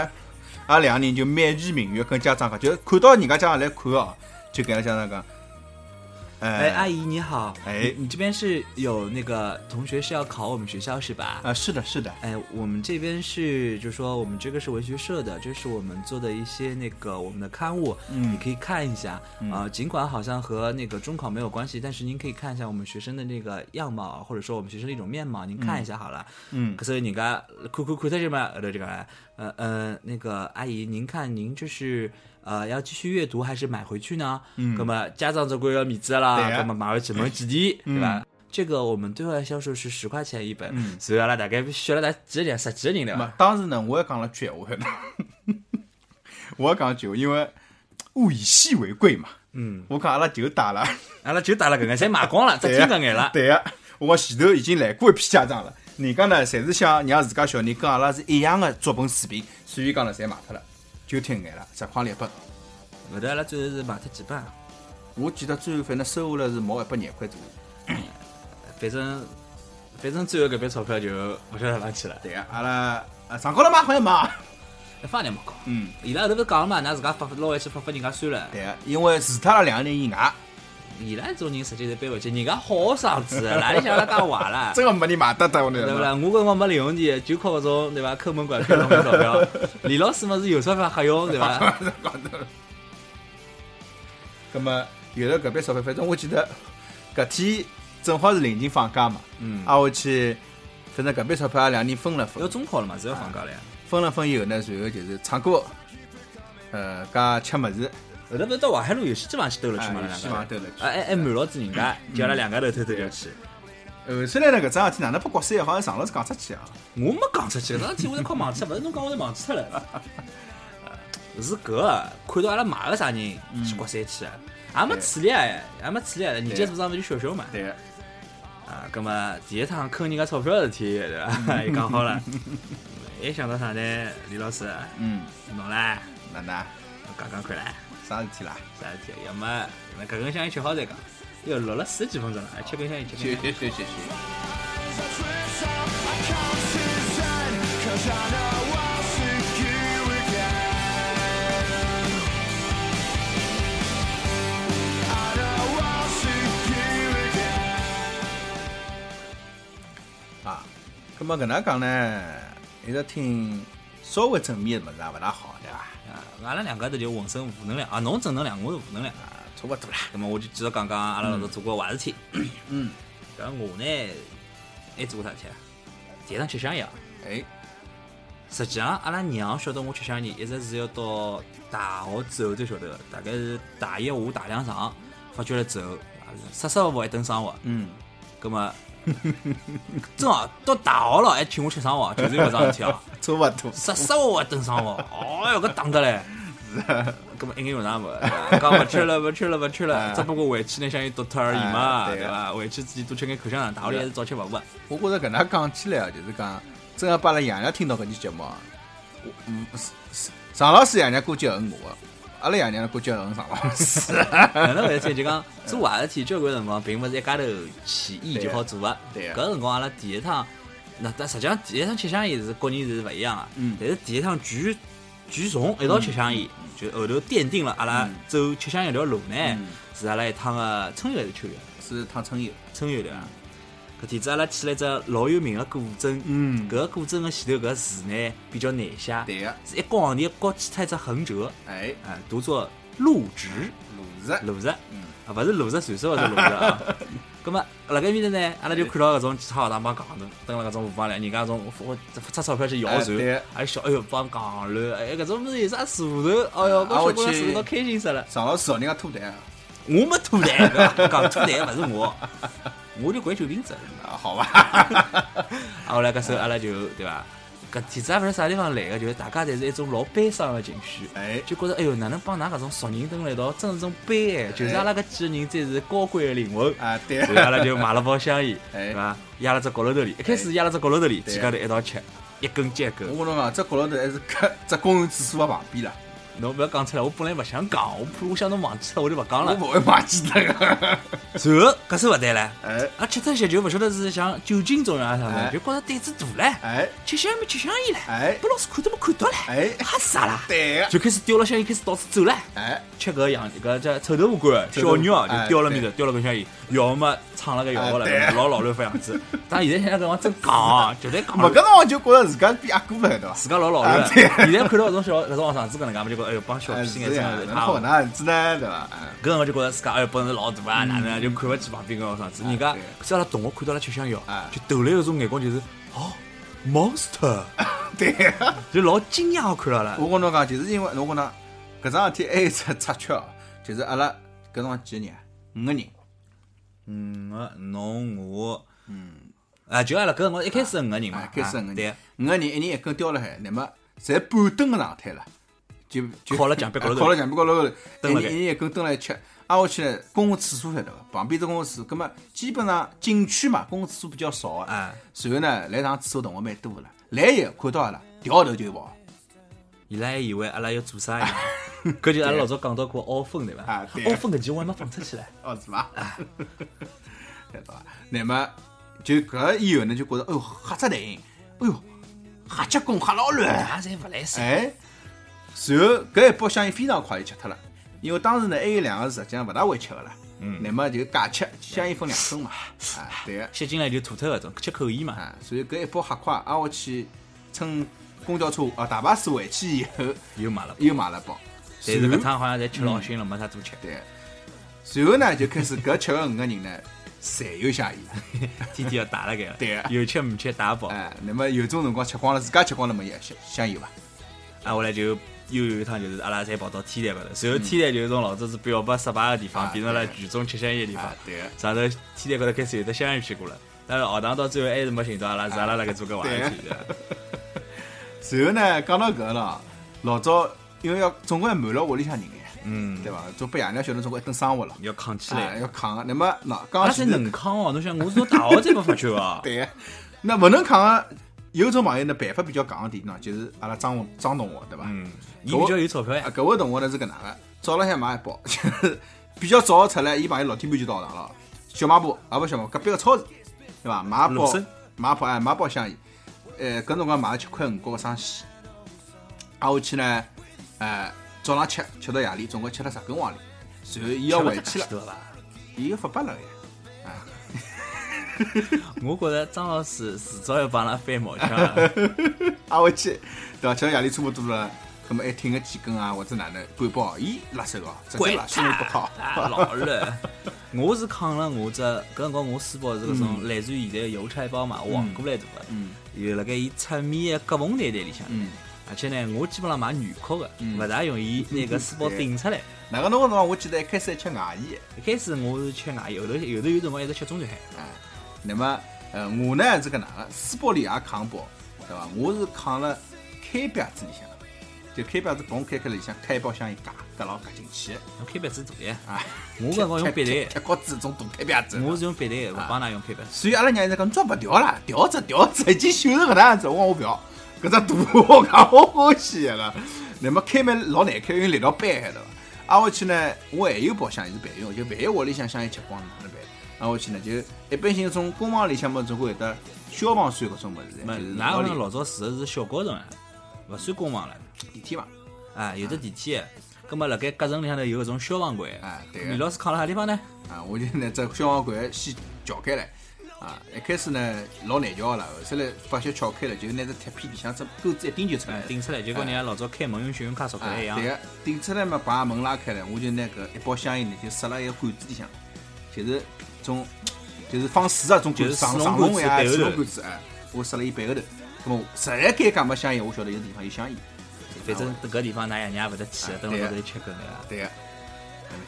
Speaker 4: 阿拉两个人就美其名曰跟家长讲，就是看到人家家长来看哦，就跟阿拉家长讲，
Speaker 2: 哎，
Speaker 4: 哎
Speaker 2: 阿姨你好，
Speaker 4: 哎
Speaker 2: 你你这边是有那个同学是要考我们学校是吧？
Speaker 4: 啊，是的，是的，
Speaker 2: 哎，我们这边是，就是说我们这个是文学社的，这是我们做的一些那个我们的刊物，
Speaker 4: 嗯
Speaker 2: 你可以看一下啊、尽管好像和那个中考没有关系，但是您可以看一下我们学生的那个样貌，或者说我们学生的一种面貌，您看一下好了。
Speaker 4: 嗯
Speaker 2: 可是人家哭哭哭在这边，呃，这个，呃呃，那个阿姨，您看您就是。呃，要继续阅读还是买回去呢？嗯，那么家长总归要面子啦，
Speaker 4: 对呀嗯
Speaker 2: 那么买回去没几钿，对吧？这个我们对外销售是十块钱一本，
Speaker 4: 嗯
Speaker 2: 所以阿拉大概削了大几个人，十几个人了
Speaker 4: 嘛
Speaker 2: 吧？，
Speaker 4: 当时呢，我也讲了句闲话， [LAUGHS] 我也讲了句闲话，因为物以稀为贵嘛，
Speaker 2: 嗯，
Speaker 4: 我讲阿拉就打了。
Speaker 2: 阿拉就打了搿眼，侪卖光了，只
Speaker 4: 对
Speaker 2: 听
Speaker 4: 呀
Speaker 2: 搿眼了。
Speaker 4: 对呀、我讲前头已经来过一批家长了，人家呢，侪是想让自家小人跟阿拉是一样的作文水平，所以讲呢，侪卖脱了，就听眼了，十块两本。
Speaker 2: 后头阿拉最后是卖脱几本啊，
Speaker 4: 我记得最后反正收下来是毛一百廿块左右。
Speaker 2: 反正反正最后搿笔钞票就勿晓得哪去了，
Speaker 4: 对呀、阿拉啊上高头嘛好像没。
Speaker 2: 一分也没搞。
Speaker 4: 嗯，
Speaker 2: 伊拉后头勿是讲了嘛，㑚自家发捞回去发发人家算了。
Speaker 4: 对呀、啊因为除脱阿拉两个人以外，
Speaker 2: 伊拉种人实际是背回去，人家好
Speaker 4: [LAUGHS]
Speaker 2: 生子，哪里像阿拉介坏啦？
Speaker 4: 真个没人买得得我
Speaker 2: 对
Speaker 4: 那
Speaker 2: 勿
Speaker 4: 个。
Speaker 2: 啦？我搿辰光没零用钱，就靠搿种对伐抠门拐骗弄钞票。
Speaker 4: [LAUGHS]
Speaker 2: 李老师嘛是有钞票瞎用对伐？
Speaker 4: 那么有了搿笔钞票，反正我记得搿天正好是临近放假嘛，
Speaker 2: 嗯，
Speaker 4: 挨下去，反正搿笔钞票阿拉两个人分了分
Speaker 2: 要。中考了嘛，是要放假了呀。
Speaker 4: 分了分以后呢，随后就是唱歌，呃，加吃么子，
Speaker 2: 后头勿是到淮海路游戏机房去兜了去嘛，
Speaker 4: 哎
Speaker 2: 两
Speaker 4: 希
Speaker 2: 个
Speaker 4: 望
Speaker 2: 人。
Speaker 4: 都了
Speaker 2: 啊，
Speaker 4: 去。
Speaker 2: 还还瞒牢住人家，
Speaker 4: 嗯
Speaker 2: 叫阿拉两家头偷偷要去。
Speaker 4: 后头来呢，搿桩事体哪能被国三好像上老师讲出去啊？
Speaker 2: 我没讲出去，搿桩事体我侪快忘记，勿是侬讲我侪忘记脱了。
Speaker 4: [LAUGHS]
Speaker 2: 是搿个，看到阿拉买个啥人
Speaker 4: 嗯
Speaker 2: 去国三去，也没处理啊，也没处理啊，人家组长勿就笑笑嘛。
Speaker 4: 对个，
Speaker 2: 啊，葛么第一趟坑人家钞票的事体，对伐？
Speaker 4: 嗯
Speaker 2: 也讲好了。 [LAUGHS] 还想到啥呢？李老师，
Speaker 4: 嗯，
Speaker 2: 侬啦，
Speaker 4: 哪能
Speaker 2: 讲讲看啦，
Speaker 4: 啥事体啦？
Speaker 2: 啥事体？要么那搿根香烟吃好再讲。哟，录了四十几分钟了，还吃根香烟，吃根香烟。
Speaker 4: 谢谢。
Speaker 5: Cause I know I'll see you again. I know I'll see you again.
Speaker 4: 啊，葛么搿能讲呢，一直听稍微正面的物事也勿大好，对伐？
Speaker 2: 啊，阿拉两家头就浑身负能量啊，侬正能量，我是负能量。
Speaker 4: 啊，差勿多啦。
Speaker 2: 葛么我就继续讲讲阿拉老早做过坏事体。
Speaker 4: 嗯，
Speaker 2: [CLEARS THROAT] 搿我呢还做过啥事体啊？第一趟吃香烟啊。
Speaker 4: 哎，
Speaker 2: 实际上，阿拉娘晓得我吃香烟，一直是要到大学之后才晓得的，大概是大一下大两上发觉了之后，啊瑟瑟服服一顿生活。
Speaker 4: 嗯，
Speaker 2: 葛么， [LAUGHS] 正好到大学了还请我吃生活，就是因为搿桩事体啊，
Speaker 4: [LAUGHS] 差勿多。
Speaker 2: 瑟瑟服服一顿生活，哦哟搿打
Speaker 4: [LAUGHS]
Speaker 2: 得嘞。葛么一眼用场没，对伐讲勿吃了，勿吃了，勿吃了，只不过回去拿香烟丢脱而已嘛，
Speaker 4: 哎对
Speaker 2: 对伐？回去自己多吃眼口香糖，大学里还是早吃勿饿。
Speaker 4: 我觉着搿能讲起来啊，就是讲，真要把阿拉爷娘听到搿期节目啊，我嗯，是是常老师爷娘估计恨我的，阿拉爷娘估计恨常老
Speaker 2: [LAUGHS]
Speaker 4: 师。
Speaker 2: 哪能回事？就讲做坏事体，交关辰光并勿是一家头起意就好做个。
Speaker 4: 对啊
Speaker 2: 搿辰光阿拉第一趟，那但实际上第一趟吃香烟是国人是勿一样个啊
Speaker 4: 嗯，
Speaker 2: 但是第一趟聚聚众一道吃香烟，就后头奠定了阿拉
Speaker 4: 嗯
Speaker 2: 走吃香烟条路呢，是阿拉一趟个春游还是秋游？
Speaker 4: 是趟春游。
Speaker 2: 春游对伐？搿天子阿拉去了一只老有名个古镇，
Speaker 4: 嗯
Speaker 2: 搿古镇个前头搿字呢比较难写，
Speaker 4: 对啊个，
Speaker 2: 是一角行钿高起脱一只横折，
Speaker 4: 哎，
Speaker 2: 啊，读作路直。
Speaker 4: 鲁日，
Speaker 2: 路石，啊
Speaker 4: 嗯，
Speaker 2: 勿是路石传说，是路石
Speaker 4: [LAUGHS]
Speaker 2: 啊。咁么，辣盖面头呢，阿拉就看到搿种几趟学堂帮戆头，蹲辣搿种河浜里，人家搿种我出钞票去摇
Speaker 4: 哎
Speaker 2: 船
Speaker 4: 对，
Speaker 2: 还有小哎哟帮戆乱，哎搿种物事有啥坐头？哎哟，
Speaker 4: 啊
Speaker 2: 搿小姑
Speaker 4: 我
Speaker 2: 娘
Speaker 4: 去
Speaker 2: 坐到开心死了。
Speaker 4: 常老师让人家吐痰啊，
Speaker 2: 我没吐痰，搿讲吐痰勿是我。 [LAUGHS] 我就掼酒瓶子。
Speaker 4: 啊，好吧，
Speaker 2: 啊，后来搿时候阿拉就对伐？搿体质也勿是啥地方来个，就是大家侪是一种老悲伤的情绪，
Speaker 4: 哎，
Speaker 2: 就 [LAUGHS] 觉着哎哟，哪能帮㑚搿种熟人蹲辣一道，真是种悲哀。就是阿拉搿几个人才是高贵的灵魂，
Speaker 4: 啊对，
Speaker 2: 所以阿拉就买了包香烟，
Speaker 4: 哎
Speaker 2: 对伐？压了只角落头里，一开始压了只角落头里，
Speaker 4: 对
Speaker 2: 几家头一道吃，一根接一根。
Speaker 4: 我跟侬讲，这角落头还是搿只公园厕所的旁边了，
Speaker 2: 侬勿要讲出来，我本来勿想讲，我怕我想侬忘记脱，我就勿讲
Speaker 4: 我
Speaker 2: 了。
Speaker 4: 勿会忘记得
Speaker 2: [LAUGHS]
Speaker 4: 个。
Speaker 2: 然后搿是勿对唻，
Speaker 4: 哎
Speaker 2: 啊吃脱些就勿晓得是像酒精作用啊啥
Speaker 4: 哎
Speaker 2: 物事，就觉着胆子大唻，
Speaker 4: 哎
Speaker 2: 吃香没吃香烟唻，
Speaker 4: 哎
Speaker 2: 被老师看都没看到唻，
Speaker 4: 哎
Speaker 2: 吓死阿拉，
Speaker 4: 对个，
Speaker 2: 就开始叼了香烟开始到处走唻。
Speaker 4: 哎
Speaker 2: 吃搿洋搿只臭豆腐干，小肉啊，就叼了面头，叼了根香烟，要么唱了个摇
Speaker 4: 哎
Speaker 2: 了，
Speaker 4: 对
Speaker 2: 老老乱副样子。但现在想想搿辰光真戆啊，绝对戆
Speaker 4: 没搿辰光就觉着自家比阿哥了，对伐？
Speaker 2: 自家老老乱
Speaker 4: 啊。对
Speaker 2: 现在看到搿种小搿种学生子搿能介嘛，就觉得哎哟帮小
Speaker 4: 哎
Speaker 2: 屁
Speaker 4: 是
Speaker 2: 眼真
Speaker 4: 呀，
Speaker 2: 的是
Speaker 4: 能
Speaker 2: 太
Speaker 4: 好哪样子呢，对伐？哎
Speaker 2: 啊搿我就觉着自家哎呦本事老大啊，哪能啊就看勿起旁边搿学生子。人家
Speaker 4: 嗯啊对
Speaker 2: 可是阿拉同学看到了吃香药
Speaker 4: 哎，
Speaker 2: 就投来一种眼光就是哦，monster，
Speaker 4: 对个，
Speaker 2: 就老惊讶地看到了。
Speaker 4: 我跟侬讲，就是因为侬跟侬搿桩事体还有一只插曲哦，就是阿拉搿辰光几个人啊，五个人，
Speaker 2: 嗯，我侬我，嗯，啊，就阿拉搿辰光一开始是五个人嘛
Speaker 4: 啊，，开始
Speaker 2: 啊
Speaker 4: 五个
Speaker 2: 对
Speaker 4: 人，，五个人一人一根吊辣海，那么侪半蹲个状态了，就就
Speaker 2: 靠了墙壁高头
Speaker 4: 啊靠了墙壁高头，一
Speaker 2: 蹲辣
Speaker 4: 人
Speaker 2: 盖
Speaker 4: 一人一根蹲辣一吃。挨下去呢，公共厕所晓得伐？旁边是公共厕所，葛么基本上景区嘛，公共厕所比较少个。
Speaker 2: 啊，
Speaker 4: 随后呢，来上厕所同学蛮多个了，来一个看到阿拉，掉头就跑。
Speaker 2: 伊拉还以为阿拉要做啥一样。 [LAUGHS] 搿就是阿拉老早讲到过凹分对伐？
Speaker 4: 啊对
Speaker 2: 凹分搿期我还没放出去唻。
Speaker 4: 哦，是 [LAUGHS] 伐？晓得伐？那么就搿以后呢，就觉着，哎哟，瞎只难行，哎哟，瞎结棍，瞎老乱。
Speaker 2: 大家啊侪勿来塞，
Speaker 4: 哎，随后搿一包香烟非常快就吃脱了，因为当时呢还有两个是实际上勿大会吃个啦。嗯，那么就假吃，香烟分两根嘛。啊，对个。
Speaker 2: 吸进来就吐脱搿种，吃口烟嘛。
Speaker 4: 啊，所以搿一包黑快挨下啊去乘公交车啊大巴士回去以后，
Speaker 2: 又买了包，
Speaker 4: 又买了包。
Speaker 2: 但是搿
Speaker 4: 然后
Speaker 2: 趟好像侪吃老熏了，
Speaker 4: 嗯
Speaker 2: 没啥多吃。
Speaker 4: 对，随后呢就开始搿吃个五个人呢，侪有香烟。
Speaker 2: 天天要打了个，
Speaker 4: 对啊
Speaker 2: 有吃没吃打包。
Speaker 4: 哎，那么有种辰光吃光了，自家吃光了没有香香烟伐？
Speaker 2: 啊，后来就又有一趟就是阿拉侪跑到天台高头，随后天台就是从老早子表白失败个地
Speaker 4: 嗯啊
Speaker 2: 方，变成了
Speaker 4: 对
Speaker 2: 聚众吃香烟的地方
Speaker 4: 啊。对
Speaker 2: 上头天台高头开始有得香烟屁股了，但是学堂到最后还是没寻到阿拉，是阿拉辣盖做搿坏事体的。
Speaker 4: 随后呢，讲到搿个了，老早因为要总归要瞒牢屋里向人哎，
Speaker 2: 嗯，
Speaker 4: 对伐？做拨爷娘晓得总归一顿生活了，
Speaker 2: 要扛起
Speaker 4: 啊，
Speaker 2: 来。
Speaker 4: 要扛个。那么喏，
Speaker 2: 阿
Speaker 4: 刚
Speaker 2: 拉
Speaker 4: 刚
Speaker 2: 是
Speaker 4: 前头。
Speaker 2: 能扛哦，侬想我是从大学才被发觉哦
Speaker 4: [LAUGHS] 对个，那勿能扛个，有种朋友呢办法比较戆个点呢，就是阿拉张张同学对伐？
Speaker 2: 嗯，伊比较有钞票
Speaker 4: [LAUGHS] 啊，
Speaker 2: 呀。
Speaker 4: 搿位同学呢是搿能个，早浪向买一包，就是比较早出来，伊朋友六点半就到学堂了。小卖部啊，勿是小卖部，隔壁个超市，对伐？买一
Speaker 2: 罗
Speaker 4: 包
Speaker 2: 森，
Speaker 4: 买一包哎，买一包香烟，呃，搿辰光买了七块五角个生鲜，挨下去呢，呃，早浪吃，吃到夜里，总共吃了十根黄钿。随后伊要回去了，
Speaker 2: 对伐？
Speaker 4: 伊要发白了呀。
Speaker 2: 我觉着张老师迟早要帮阿拉翻毛腔
Speaker 4: [LAUGHS]
Speaker 2: 了。
Speaker 4: 挨回去，对伐？吃到夜里差不多了，葛么还挺个几根啊，或者哪能干包，伊辣手哦，直接
Speaker 2: 鬼
Speaker 4: 辣手里不靠。
Speaker 2: 啊，老了。 [LAUGHS] 我是扛了我只搿辰光我书包是搿
Speaker 4: 嗯
Speaker 2: 种类似于现在的邮差包嘛，黄过来大个，有辣盖伊侧面的夹缝袋袋里向
Speaker 4: 嗯。
Speaker 2: 而且呢，我基本上买软壳个，勿大容易拿
Speaker 4: 嗯
Speaker 2: 搿书包顶出来。
Speaker 4: 哪个侬个辰光，我记得一开始还吃外烟的。
Speaker 2: 一开始我是吃外，后头后头有辰光一直吃中转海。
Speaker 4: 哎，那么呃，我呢是搿能个，书包里也扛包，对伐？我是扛了开标子里向，就开标子嘣开开里向，开一包香烟夹夹牢夹进去的
Speaker 2: 我开板子大呀，
Speaker 4: 啊。
Speaker 2: 我搿辰光用
Speaker 4: 铁
Speaker 2: 笔
Speaker 4: 铁
Speaker 2: 袋，
Speaker 4: 铁锅子这种大开标子。
Speaker 2: 我是用笔袋，
Speaker 4: 啊
Speaker 2: 勿帮㑚用开板子。
Speaker 4: 所以阿拉娘现在讲，你抓勿调啦，调只调只，已经锈成搿能样子，我讲我勿要，搿只大我讲我欢喜个了。 [LAUGHS] 那么开门老难开，因为力道掰对伐？挨下去呢，啊我还有包厢也是备用，就万一屋里向香烟吃光了哪能办？挨下去呢，就一般性从工房里向么总归有得消防栓搿种物事，
Speaker 2: 没，
Speaker 4: 就是
Speaker 2: 㑚
Speaker 4: 屋
Speaker 2: 屋
Speaker 4: 里
Speaker 2: 里老早住的是小高层啊，勿算公房了。
Speaker 4: 地铁嘛，
Speaker 2: 啊，有的地铁的，葛末辣盖夹层里向头有搿种消防柜。
Speaker 4: 啊对个
Speaker 2: 李老师扛辣啥地方呢？
Speaker 4: 啊，我就拿只消防管先撬开来。啊，一开始呢老难撬个啦，后头来发觉撬开了，就拿只铁片里向只钩子一钉就出来
Speaker 2: 哎
Speaker 4: 了，。
Speaker 2: 顶出来就跟人家老早开门用信用卡钞
Speaker 4: 啊
Speaker 2: 票一样
Speaker 4: 对。个，顶出来嘛，把门拉开了，我就拿搿一包香烟呢，就塞辣一个管子里向，就是种，就是放水啊，种管
Speaker 2: 就
Speaker 4: 子，
Speaker 2: 是
Speaker 4: 上
Speaker 2: 水龙
Speaker 4: 上
Speaker 2: 管
Speaker 4: 笼
Speaker 2: 子
Speaker 4: 呀，
Speaker 2: 背后
Speaker 4: 水
Speaker 2: 头
Speaker 4: 龙管子哎，我塞了伊背后头。咾么，实在尴尬没香烟，我晓得有地方有香烟。
Speaker 2: 反正搿地方㑚爷娘也勿得去的，等
Speaker 4: 对
Speaker 2: 辣
Speaker 4: 啊
Speaker 2: 高头吃根对伐？
Speaker 4: 对个，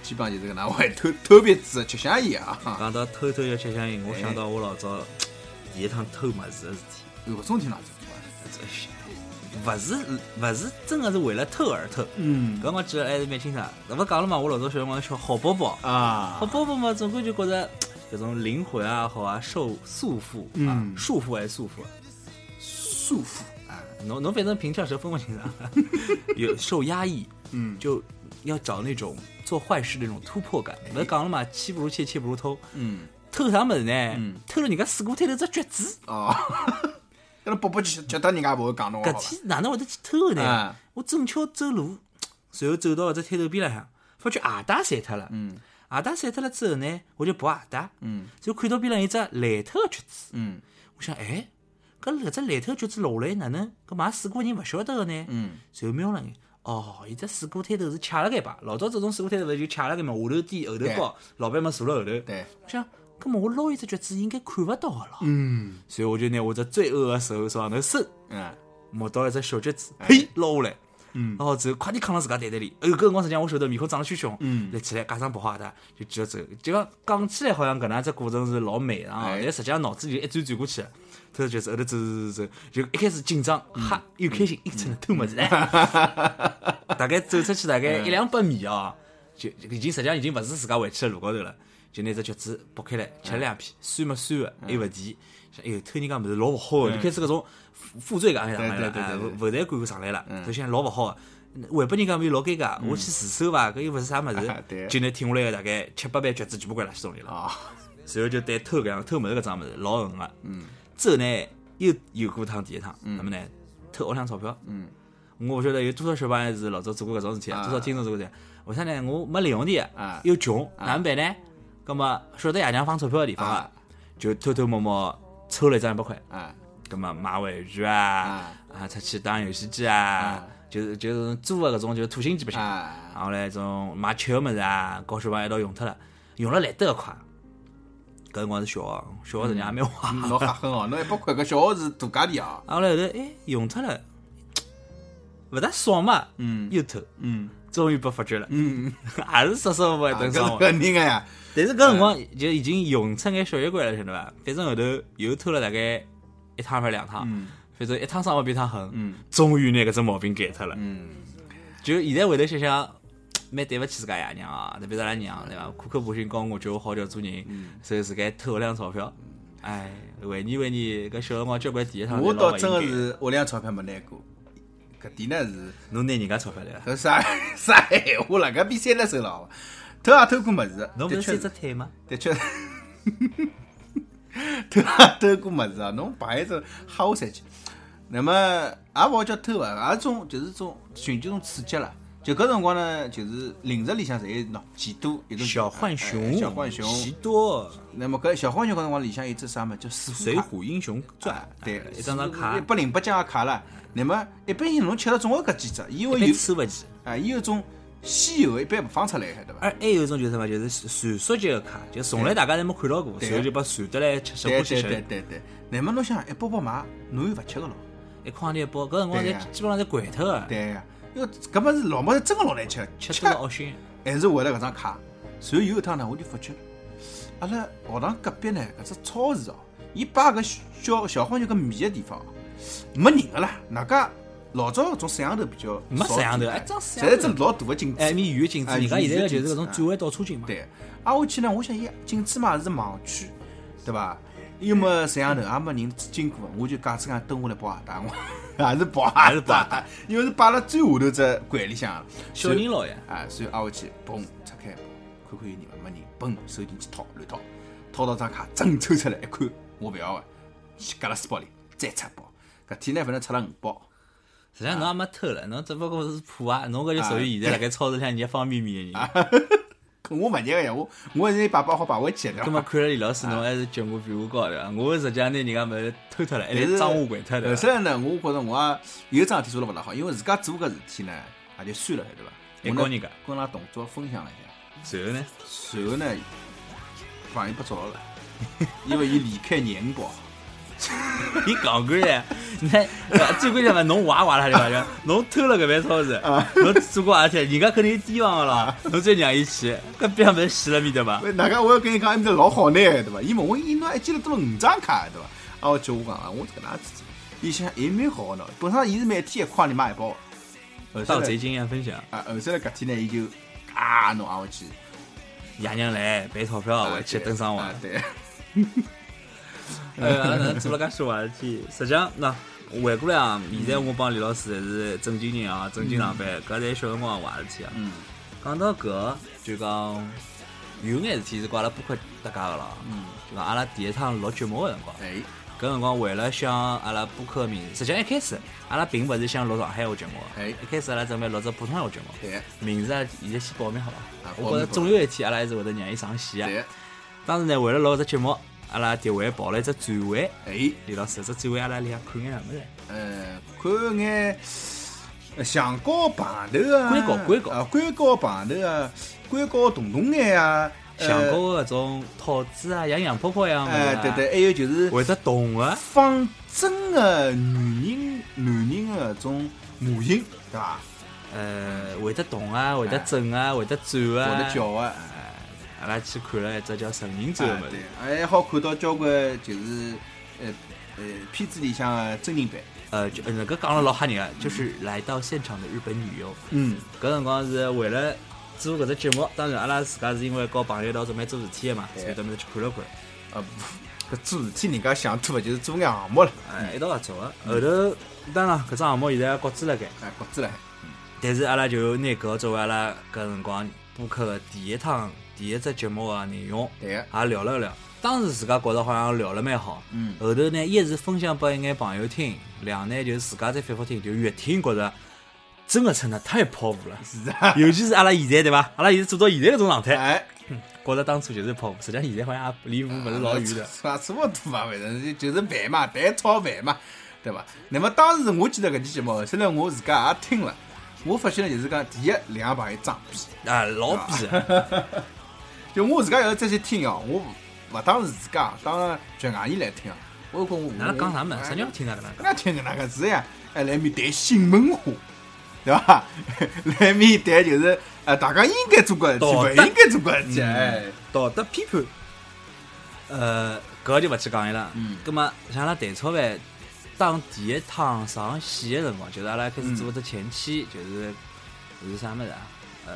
Speaker 4: 基本上就是搿能会 [LAUGHS] 偷偷鼻子吃香烟啊。
Speaker 2: 讲到偷偷要吃香烟，我想到我老早第一趟偷物事个事体。
Speaker 4: 有搿种天哪，怎么办
Speaker 2: 勿是勿是，真个是为了偷而偷。
Speaker 4: 嗯
Speaker 2: 搿我记得还是蛮清爽。勿讲了嘛，我老早小辰光小好宝宝，
Speaker 4: 啊
Speaker 2: 好，宝宝嘛，总归就觉着搿种灵魂啊好啊受束缚啊
Speaker 4: 嗯，
Speaker 2: 束缚还是束缚
Speaker 4: 束缚
Speaker 2: 啊，侬侬反正平翘舌分
Speaker 4: [LAUGHS]
Speaker 2: 勿清爽，有受压抑，
Speaker 4: 嗯
Speaker 2: 就要找那种做坏事的那种突破感。勿是讲了嘛，妻不如妾，妾不如偷。
Speaker 4: 哎嗯
Speaker 2: 偷啥物事呢
Speaker 4: 嗯？
Speaker 2: 偷了人家水果摊头只橘子，
Speaker 4: 哦，搿种伯伯去觉得人家勿会讲侬好
Speaker 2: 搿
Speaker 4: 伐？
Speaker 2: 天哪能会得去偷呢
Speaker 4: 啊？
Speaker 2: 我正巧走路，然后走到搿只摊头边浪向，发觉鞋带散脱了。
Speaker 4: 嗯
Speaker 2: 鞋带散脱了之后呢，我就拔鞋带，
Speaker 4: 嗯
Speaker 2: 就看到边浪有只烂脱个橘子，
Speaker 4: 嗯
Speaker 2: 我想，哎，搿搿只烂头橘子落下来哪能？搿买水果个人勿晓得个呢？
Speaker 4: 嗯
Speaker 2: 随后瞄了眼，哦，伊只水果摊头是卡了盖吧？老早这种水果摊头勿是就卡了盖嘛，下头低后头高，老板嘛坐辣后头。
Speaker 4: 对，
Speaker 2: 我想，搿么我捞一只橘子应该看勿到个咯。嗯。所以我就拿我只罪恶个手朝上头伸，
Speaker 4: 嗯
Speaker 2: 摸到一只小橘子，
Speaker 4: 哎
Speaker 2: 嘿，捞下来。嗯，然后之后快点扛到自家袋袋里。哎呦，搿辰光实际上我手头面孔长了圈圈，
Speaker 4: 嗯
Speaker 2: 立起来加上不好的，就继续走。结果讲起来好像搿能只过程是老美啊，
Speaker 4: 哎
Speaker 2: 但实际上脑子里就一转转过去了，偷着就是后头走走走，走就一开始紧张，
Speaker 4: 嗯
Speaker 2: 哈又开心，一层偷么子，哎大概走出去大
Speaker 4: 嗯
Speaker 2: 概一两百米啊，就就已经实际上已经勿是自家回去的路高头了，就拿只橘子剥开来
Speaker 4: 嗯
Speaker 2: 吃了两片，酸么酸个，还勿甜。想哎呦，偷人家物事老勿好个，就开始搿种负负罪感上来了，
Speaker 4: 嗯对对对嗯
Speaker 2: 哎
Speaker 4: 对对
Speaker 2: 负负罪感上来了，就想老勿好个。还拨人家咪老尴尬，我去自首伐？搿又勿是啥物
Speaker 4: 嗯 [LAUGHS] 对
Speaker 2: 事，就拿挺下来个大概七八瓣橘子全部归垃圾桶里了。
Speaker 4: 啊，
Speaker 2: 然后就对偷搿样偷物事搿桩物事老恨个。嗯。之后呢，又有过趟第一趟，那么呢，偷屋里向钞票。
Speaker 4: 嗯。
Speaker 2: 我勿晓得有多少小朋友是老早做过搿种事体，
Speaker 4: 啊
Speaker 2: 多少听众做过这样。为啥呢？我没零用钿
Speaker 4: 啊，
Speaker 2: 又穷，哪能办呢？葛末晓得爷娘放钞票个地方
Speaker 4: 啊
Speaker 2: 啊，就偷偷摸摸抽了一张一百块。
Speaker 4: 啊
Speaker 2: 葛么买玩具啊，啊，出去打游戏机啊，就是就是租个搿种就是土星机不行，
Speaker 4: 啊
Speaker 2: 然后嘞种买吃个物事啊，搞小朋友一道用脱了，用了懒得个快。搿辰光是小学，小学实际上也蛮花。
Speaker 4: 嗯侬吓狠哦！侬一百块搿小号是大价钿啊！
Speaker 2: 然后嘞后头哎用脱了，勿大爽嘛，
Speaker 4: 嗯
Speaker 2: 又偷，
Speaker 4: 嗯
Speaker 2: 终于被发觉了，
Speaker 4: 嗯，
Speaker 2: [LAUGHS] 还是说说勿一
Speaker 4: 啊搿
Speaker 2: 顿
Speaker 4: 是
Speaker 2: 爽。
Speaker 4: 肯定个呀。
Speaker 2: 但是搿辰光
Speaker 4: 嗯
Speaker 2: 就已经用出眼小习惯了，晓得伐？反正后头又偷了大概一趟还是两趟，
Speaker 4: 嗯
Speaker 2: 反正一趟伤勿比一趟狠。
Speaker 4: 嗯
Speaker 2: 终于拿搿只毛病改脱了。
Speaker 4: 嗯
Speaker 2: 就现在回头想想，蛮对勿起自家爷娘啊，特别是阿拉娘对伐？苦口婆心教我叫我好叫做人，
Speaker 4: 嗯
Speaker 2: 所以自家偷了两钞票。哎，回忆回忆，搿小辰光交关第一趟
Speaker 4: 我
Speaker 2: 老
Speaker 4: 倒
Speaker 2: 勿
Speaker 4: 真个
Speaker 2: 应该，
Speaker 4: 是屋里向钞票没拿过，搿点呢是
Speaker 2: 侬拿人家钞票来了，
Speaker 4: 搿啥啥闲话啦，搿比三两手了好伐？偷也偷过物事，
Speaker 2: 侬勿
Speaker 4: 的
Speaker 2: 是
Speaker 4: 确
Speaker 2: 三
Speaker 4: 是
Speaker 2: 只腿吗？
Speaker 4: 的确是。 [LAUGHS] 偷也偷过物事啊，侬排一只吓我三去。那么也勿好叫偷啊，也种就是种寻求种刺激啦。就搿辰光呢，就是零食里向侪有喏几多一种
Speaker 2: 小浣熊，
Speaker 4: 哎小浣熊。
Speaker 2: 奇多，
Speaker 4: 那么搿小浣熊搿辰光里向有只啥么叫水浒
Speaker 2: 水
Speaker 4: 卡
Speaker 2: 浒英雄传
Speaker 4: 啊，对，
Speaker 2: 一张张卡
Speaker 4: 一，百零八张卡了。那么一般性侬吃了总归搿几只，因为
Speaker 2: 一
Speaker 4: 有
Speaker 2: 吃勿起。
Speaker 4: 啊，伊有种稀有的，一般勿放出来，晓得伐？
Speaker 2: 而还有一种就是什么，就是传说级的卡，就从来大家侪没看到过，
Speaker 4: 对
Speaker 2: 然后就把传得来吃食
Speaker 4: 对
Speaker 2: 过去
Speaker 4: 对对
Speaker 2: 食，
Speaker 4: 对对。那么侬想一包包买，侬又勿吃个咯？
Speaker 2: 一筐里一包，搿辰光
Speaker 4: 对呀
Speaker 2: 侪基本上侪掼脱个，
Speaker 4: 对呀，因为搿么是老么是真个老难吃，
Speaker 2: 吃脱了恶心。
Speaker 4: 还是为了搿张卡。所以有一趟呢，我就发觉，阿拉学堂隔壁呢搿只超市哦，伊摆搿小小浣熊搿米个地方哦，没人个啦，外加老早搿种摄像头比较
Speaker 2: 没
Speaker 4: 少
Speaker 2: 摄像头
Speaker 4: 见
Speaker 2: 哎装摄像
Speaker 4: 侪是只
Speaker 2: 头
Speaker 4: 老大个镜子。
Speaker 2: 哎，面远镜子，
Speaker 4: 哎
Speaker 2: 人家现在个就是
Speaker 4: 远
Speaker 2: 搿
Speaker 4: 景
Speaker 2: 种
Speaker 4: 子
Speaker 2: 转弯倒车镜嘛。
Speaker 4: 对，挨下去呢，我想伊进芝麻是盲区，对伐？又没摄像头，也没人经过，我就假子讲蹲下来包鞋带，我还是包鞋带，
Speaker 2: 还是包鞋带
Speaker 4: 因为是摆辣最下头只柜里向了。
Speaker 2: 小人老呀，
Speaker 4: 啊，所以挨下去，嘣，拆开，看看有人伐？没人，嘣，手进去掏，乱掏，掏到张卡，真抽出来一看，我勿要啊个，夹辣书包里，再拆包。搿天呢，反正拆了五包。
Speaker 2: 实际上侬也没偷了，侬只不过是破啊，侬搿就属于现在辣盖超市里向人家方便面个人。
Speaker 4: 啊可我勿热个呀，我我还是摆摆好摆回去的。
Speaker 2: 葛末看了李老
Speaker 4: 啊
Speaker 2: 师，侬还是觉我比我高对伐？我实际上拿人家物事偷脱了，还
Speaker 4: 但是
Speaker 2: 得脏我掼
Speaker 4: 后
Speaker 2: 脱的。
Speaker 4: 头呢，我觉着我也有桩事体做了勿大好，因为自家做搿事体呢，也就算了，晓得伐？
Speaker 2: 还
Speaker 4: 我呢
Speaker 2: 教人家
Speaker 4: 跟阿拉同桌分享了一
Speaker 2: 然后呢，
Speaker 4: 下，随后呢，朋友不找了，因为伊离开廿五包，
Speaker 2: 伊讲过唻，你看呃最关键嘛，侬娃娃了对伐？就侬偷了搿爿超市，
Speaker 4: 啊
Speaker 2: 侬做过啊阿天，人家肯定有提防个啦，侬再让伊去，搿边勿是死了面对伐？
Speaker 4: 喂，哪个我要跟你讲，埃面搭老好呢，对伐？伊问我，伊侬还记得得了五张卡，对伐？啊，我叫我讲啊，我这个哪子？伊想还蛮好呢，本身伊是每天一块，你妈一包。后头
Speaker 2: 盗
Speaker 4: 来
Speaker 2: 贼经验分享，
Speaker 4: 啊，后头来搿天呢，伊就啊侬啊回去，
Speaker 2: 爷娘来赔钞票回去登上网
Speaker 4: 啊。
Speaker 2: [LAUGHS]
Speaker 4: 对，
Speaker 2: 哎，阿拉哪能做了介许多事体？实际上，那回过来啊，现在我帮李老师还是正经人啊，正经上班，搿侪小辰光的坏事体啊。
Speaker 4: 嗯，
Speaker 2: 讲到搿，就讲有眼事体是跟阿拉播客搭界个了。嗯，就讲阿拉第一趟录节目个辰光，
Speaker 4: 哎，
Speaker 2: 搿辰光为了想阿拉播客名，实际上一开始阿拉并勿是想录上海话节目的，
Speaker 4: 哎
Speaker 2: 一开始阿拉准备录只普通话节目。
Speaker 4: 对，
Speaker 2: 名字啊，现在先保密好伐
Speaker 4: 啊？
Speaker 2: 我觉
Speaker 4: 保密保
Speaker 2: 着
Speaker 4: 密
Speaker 2: 总有一天阿拉还是会得让伊上线啊。
Speaker 4: 对，
Speaker 2: 当时呢，为了录只节目，阿拉特为跑了一只展会。
Speaker 4: 哎，
Speaker 2: 李老师，这展会阿拉里向看眼啥物事？
Speaker 4: 呃，看眼呃橡胶棒头啊，
Speaker 2: 硅胶硅胶
Speaker 4: 啊，硅胶棒头啊，硅胶洞洞眼啊，呃
Speaker 2: 橡胶的搿种套子啊，像洋泡泡一样的物事
Speaker 4: 哎，
Speaker 2: 啊
Speaker 4: 对对，，还有就是
Speaker 2: 会得动啊个，
Speaker 4: 仿真的女人男人的搿种模型，对伐？
Speaker 2: 呃，会得动啊，会得整啊，会得转
Speaker 4: 或
Speaker 2: 啊，
Speaker 4: 者哎叫啊，
Speaker 2: 哎。阿拉去看了一只叫成人展
Speaker 4: 啊
Speaker 2: 的物
Speaker 4: 对
Speaker 2: 事，，
Speaker 4: 还好看到交关就是呃呃片子里向的真人版，
Speaker 2: 呃，就呃搿讲了老吓人啊，就是来到现场的日本女优。
Speaker 4: 嗯，
Speaker 2: 搿辰光是为了做搿只节目，当然阿拉自家是因为跟朋友一道准备做事体的嘛，
Speaker 4: 对
Speaker 2: 所以专门去看了看。
Speaker 4: 啊，不搿做事体人家想多勿就是做眼项目了，
Speaker 2: 哎，一道合作个。
Speaker 4: 嗯
Speaker 2: 后头当然搿只项目现在搁置辣盖，
Speaker 4: 哎，国子了，
Speaker 2: 但是阿拉就拿搿作为阿拉搿辰光播客个第一趟第一只节目个内容，
Speaker 4: 对个，
Speaker 2: 也聊了聊。当时自家觉着好像聊了蛮好，
Speaker 4: 嗯
Speaker 2: 后头呢，一是分享拨一眼朋友听，两呢就是自家再反复听，就越听觉着真个真的太泡芙了，
Speaker 4: 是啊，
Speaker 2: [LAUGHS] 尤其是阿拉现在对伐？阿拉现在做到现在搿种状态，
Speaker 4: 哎，
Speaker 2: 觉着当初就是跑步，实际上现在好像也离我勿是老远的。
Speaker 4: 差差勿多吧，反正就就是饭嘛，蛋炒饭嘛，对伐？那么当时我记得搿期节目，后头来我自家也听了，我发现了就是讲，第一两个朋友装逼。
Speaker 2: 啊，老逼的，
Speaker 4: 就我自家要再去听哦，我勿当是自家，当然叫外人来听啊。我讲我
Speaker 2: 哪能讲啥么？啥
Speaker 4: 人
Speaker 2: 人要听哪个哪
Speaker 4: 搿
Speaker 2: 个？
Speaker 4: 能听着哪个是呀？哎，来面谈新文化，对伐？ [LAUGHS] 来面谈就是呃，大家应该做搿事体，
Speaker 2: 道
Speaker 4: 勿
Speaker 2: 德
Speaker 4: 应该做搿事体，哎，
Speaker 2: 道德批判。呃，搿就勿去讲伊了。
Speaker 4: 嗯
Speaker 2: 葛末像阿拉蛋炒饭当第一趟上线的辰光，就是阿拉开始做搿只前期，
Speaker 4: 嗯
Speaker 2: 就是是啥物事啊？呃，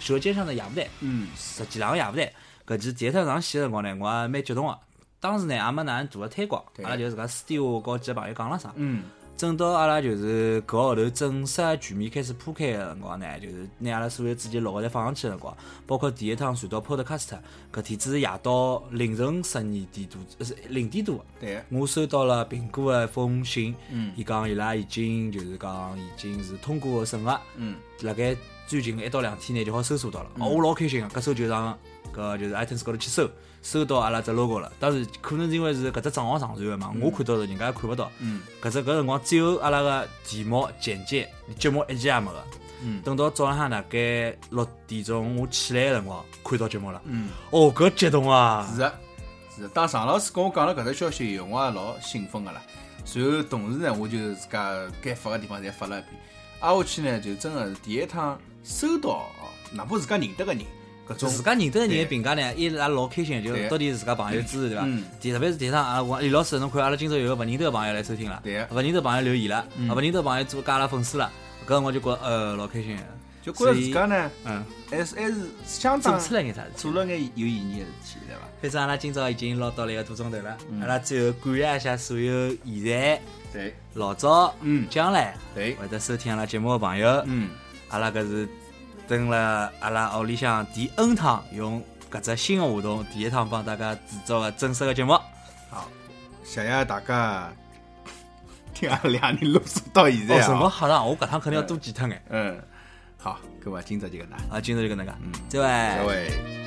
Speaker 2: 舌尖上的雅不蛋。
Speaker 4: 嗯，
Speaker 2: 十几两个夜不台，搿期第一趟上线的辰光呢，我也蛮激动个。当时呢，也没哪能做个推广，
Speaker 4: 对
Speaker 2: 阿拉就自家私底下和几个朋友讲了啥。
Speaker 4: 嗯，
Speaker 2: 等到阿拉就是呃搿号头正式局面开始铺开个辰光呢，就是拿阿拉所有主题录个侪放上去个辰光，包括第一趟传到 Podcast，搿天子是夜到凌晨十二点多，呃是零点多。
Speaker 4: 对个，
Speaker 2: 我收到了苹果的一封信，
Speaker 4: 嗯
Speaker 2: 伊讲伊拉已经就是讲已经是通过审核，
Speaker 4: 嗯，
Speaker 2: 辣盖最近的一到两天内就好搜索到了。哦，我老开心啊！搿搜就上搿就是 iTunes 高头去搜，搜到阿拉只 logo 了。当然可能是因为是搿只账号上传的嘛，我看到是人家也看勿到。
Speaker 4: 嗯，
Speaker 2: 搿只搿辰光只有阿拉个题目简介，节目一集也没个。
Speaker 4: 嗯
Speaker 2: 等到早浪向大概六点钟我起来个辰光，看到节目了。
Speaker 4: 嗯，
Speaker 2: 哦，搿激动啊！
Speaker 4: 是个，是个。当常老师跟我讲了搿只消息以后，我也老兴奋个啦。随后同时呢，我就自家该发个地方侪发了一遍。挨下去呢，就真个是第一趟收到哦，哪怕自家认得个人，搿种
Speaker 2: 自家认得的人
Speaker 4: 对
Speaker 2: 的评价呢，伊拉老开心，就
Speaker 4: 对
Speaker 2: 到底是自家朋友支持对伐
Speaker 4: 嗯？
Speaker 2: 第特别是第一趟阿拉讲李老师，侬看阿拉今朝有个勿认得的朋友来收听了，
Speaker 4: 对
Speaker 2: 勿认得的朋友留言了，啊勿认得的朋友做加阿拉粉丝了，搿辰光就觉得呃老开心的，
Speaker 4: 就觉着自家呢，
Speaker 2: 所以嗯
Speaker 4: 还是还是相
Speaker 2: 做
Speaker 4: 当
Speaker 2: 出来眼啥事
Speaker 4: 做
Speaker 2: 体。
Speaker 4: 了眼有意义的事体，对伐？
Speaker 2: 反正阿拉今朝已经捞到了一个多钟头了，阿拉最后感谢一下所有现在、
Speaker 4: 对
Speaker 2: 老早、
Speaker 4: 嗯
Speaker 2: 将来
Speaker 4: 对，
Speaker 2: 会得收听阿拉节目的朋友，
Speaker 4: 嗯，
Speaker 2: 阿拉搿是登了阿拉屋里向第 N 趟用搿只新的活动第一趟帮大家制作个正式的节目。
Speaker 4: 谢谢大家听阿拉两人啰嗦到现在
Speaker 2: 哦，辰
Speaker 4: 啊，嗯
Speaker 2: 光好长，我搿趟肯定要多记脱眼。
Speaker 4: 嗯，好，搿么今朝就搿能，
Speaker 2: 啊，今朝就搿能介，
Speaker 4: 嗯
Speaker 2: 再
Speaker 4: 各。
Speaker 2: 会
Speaker 4: 位。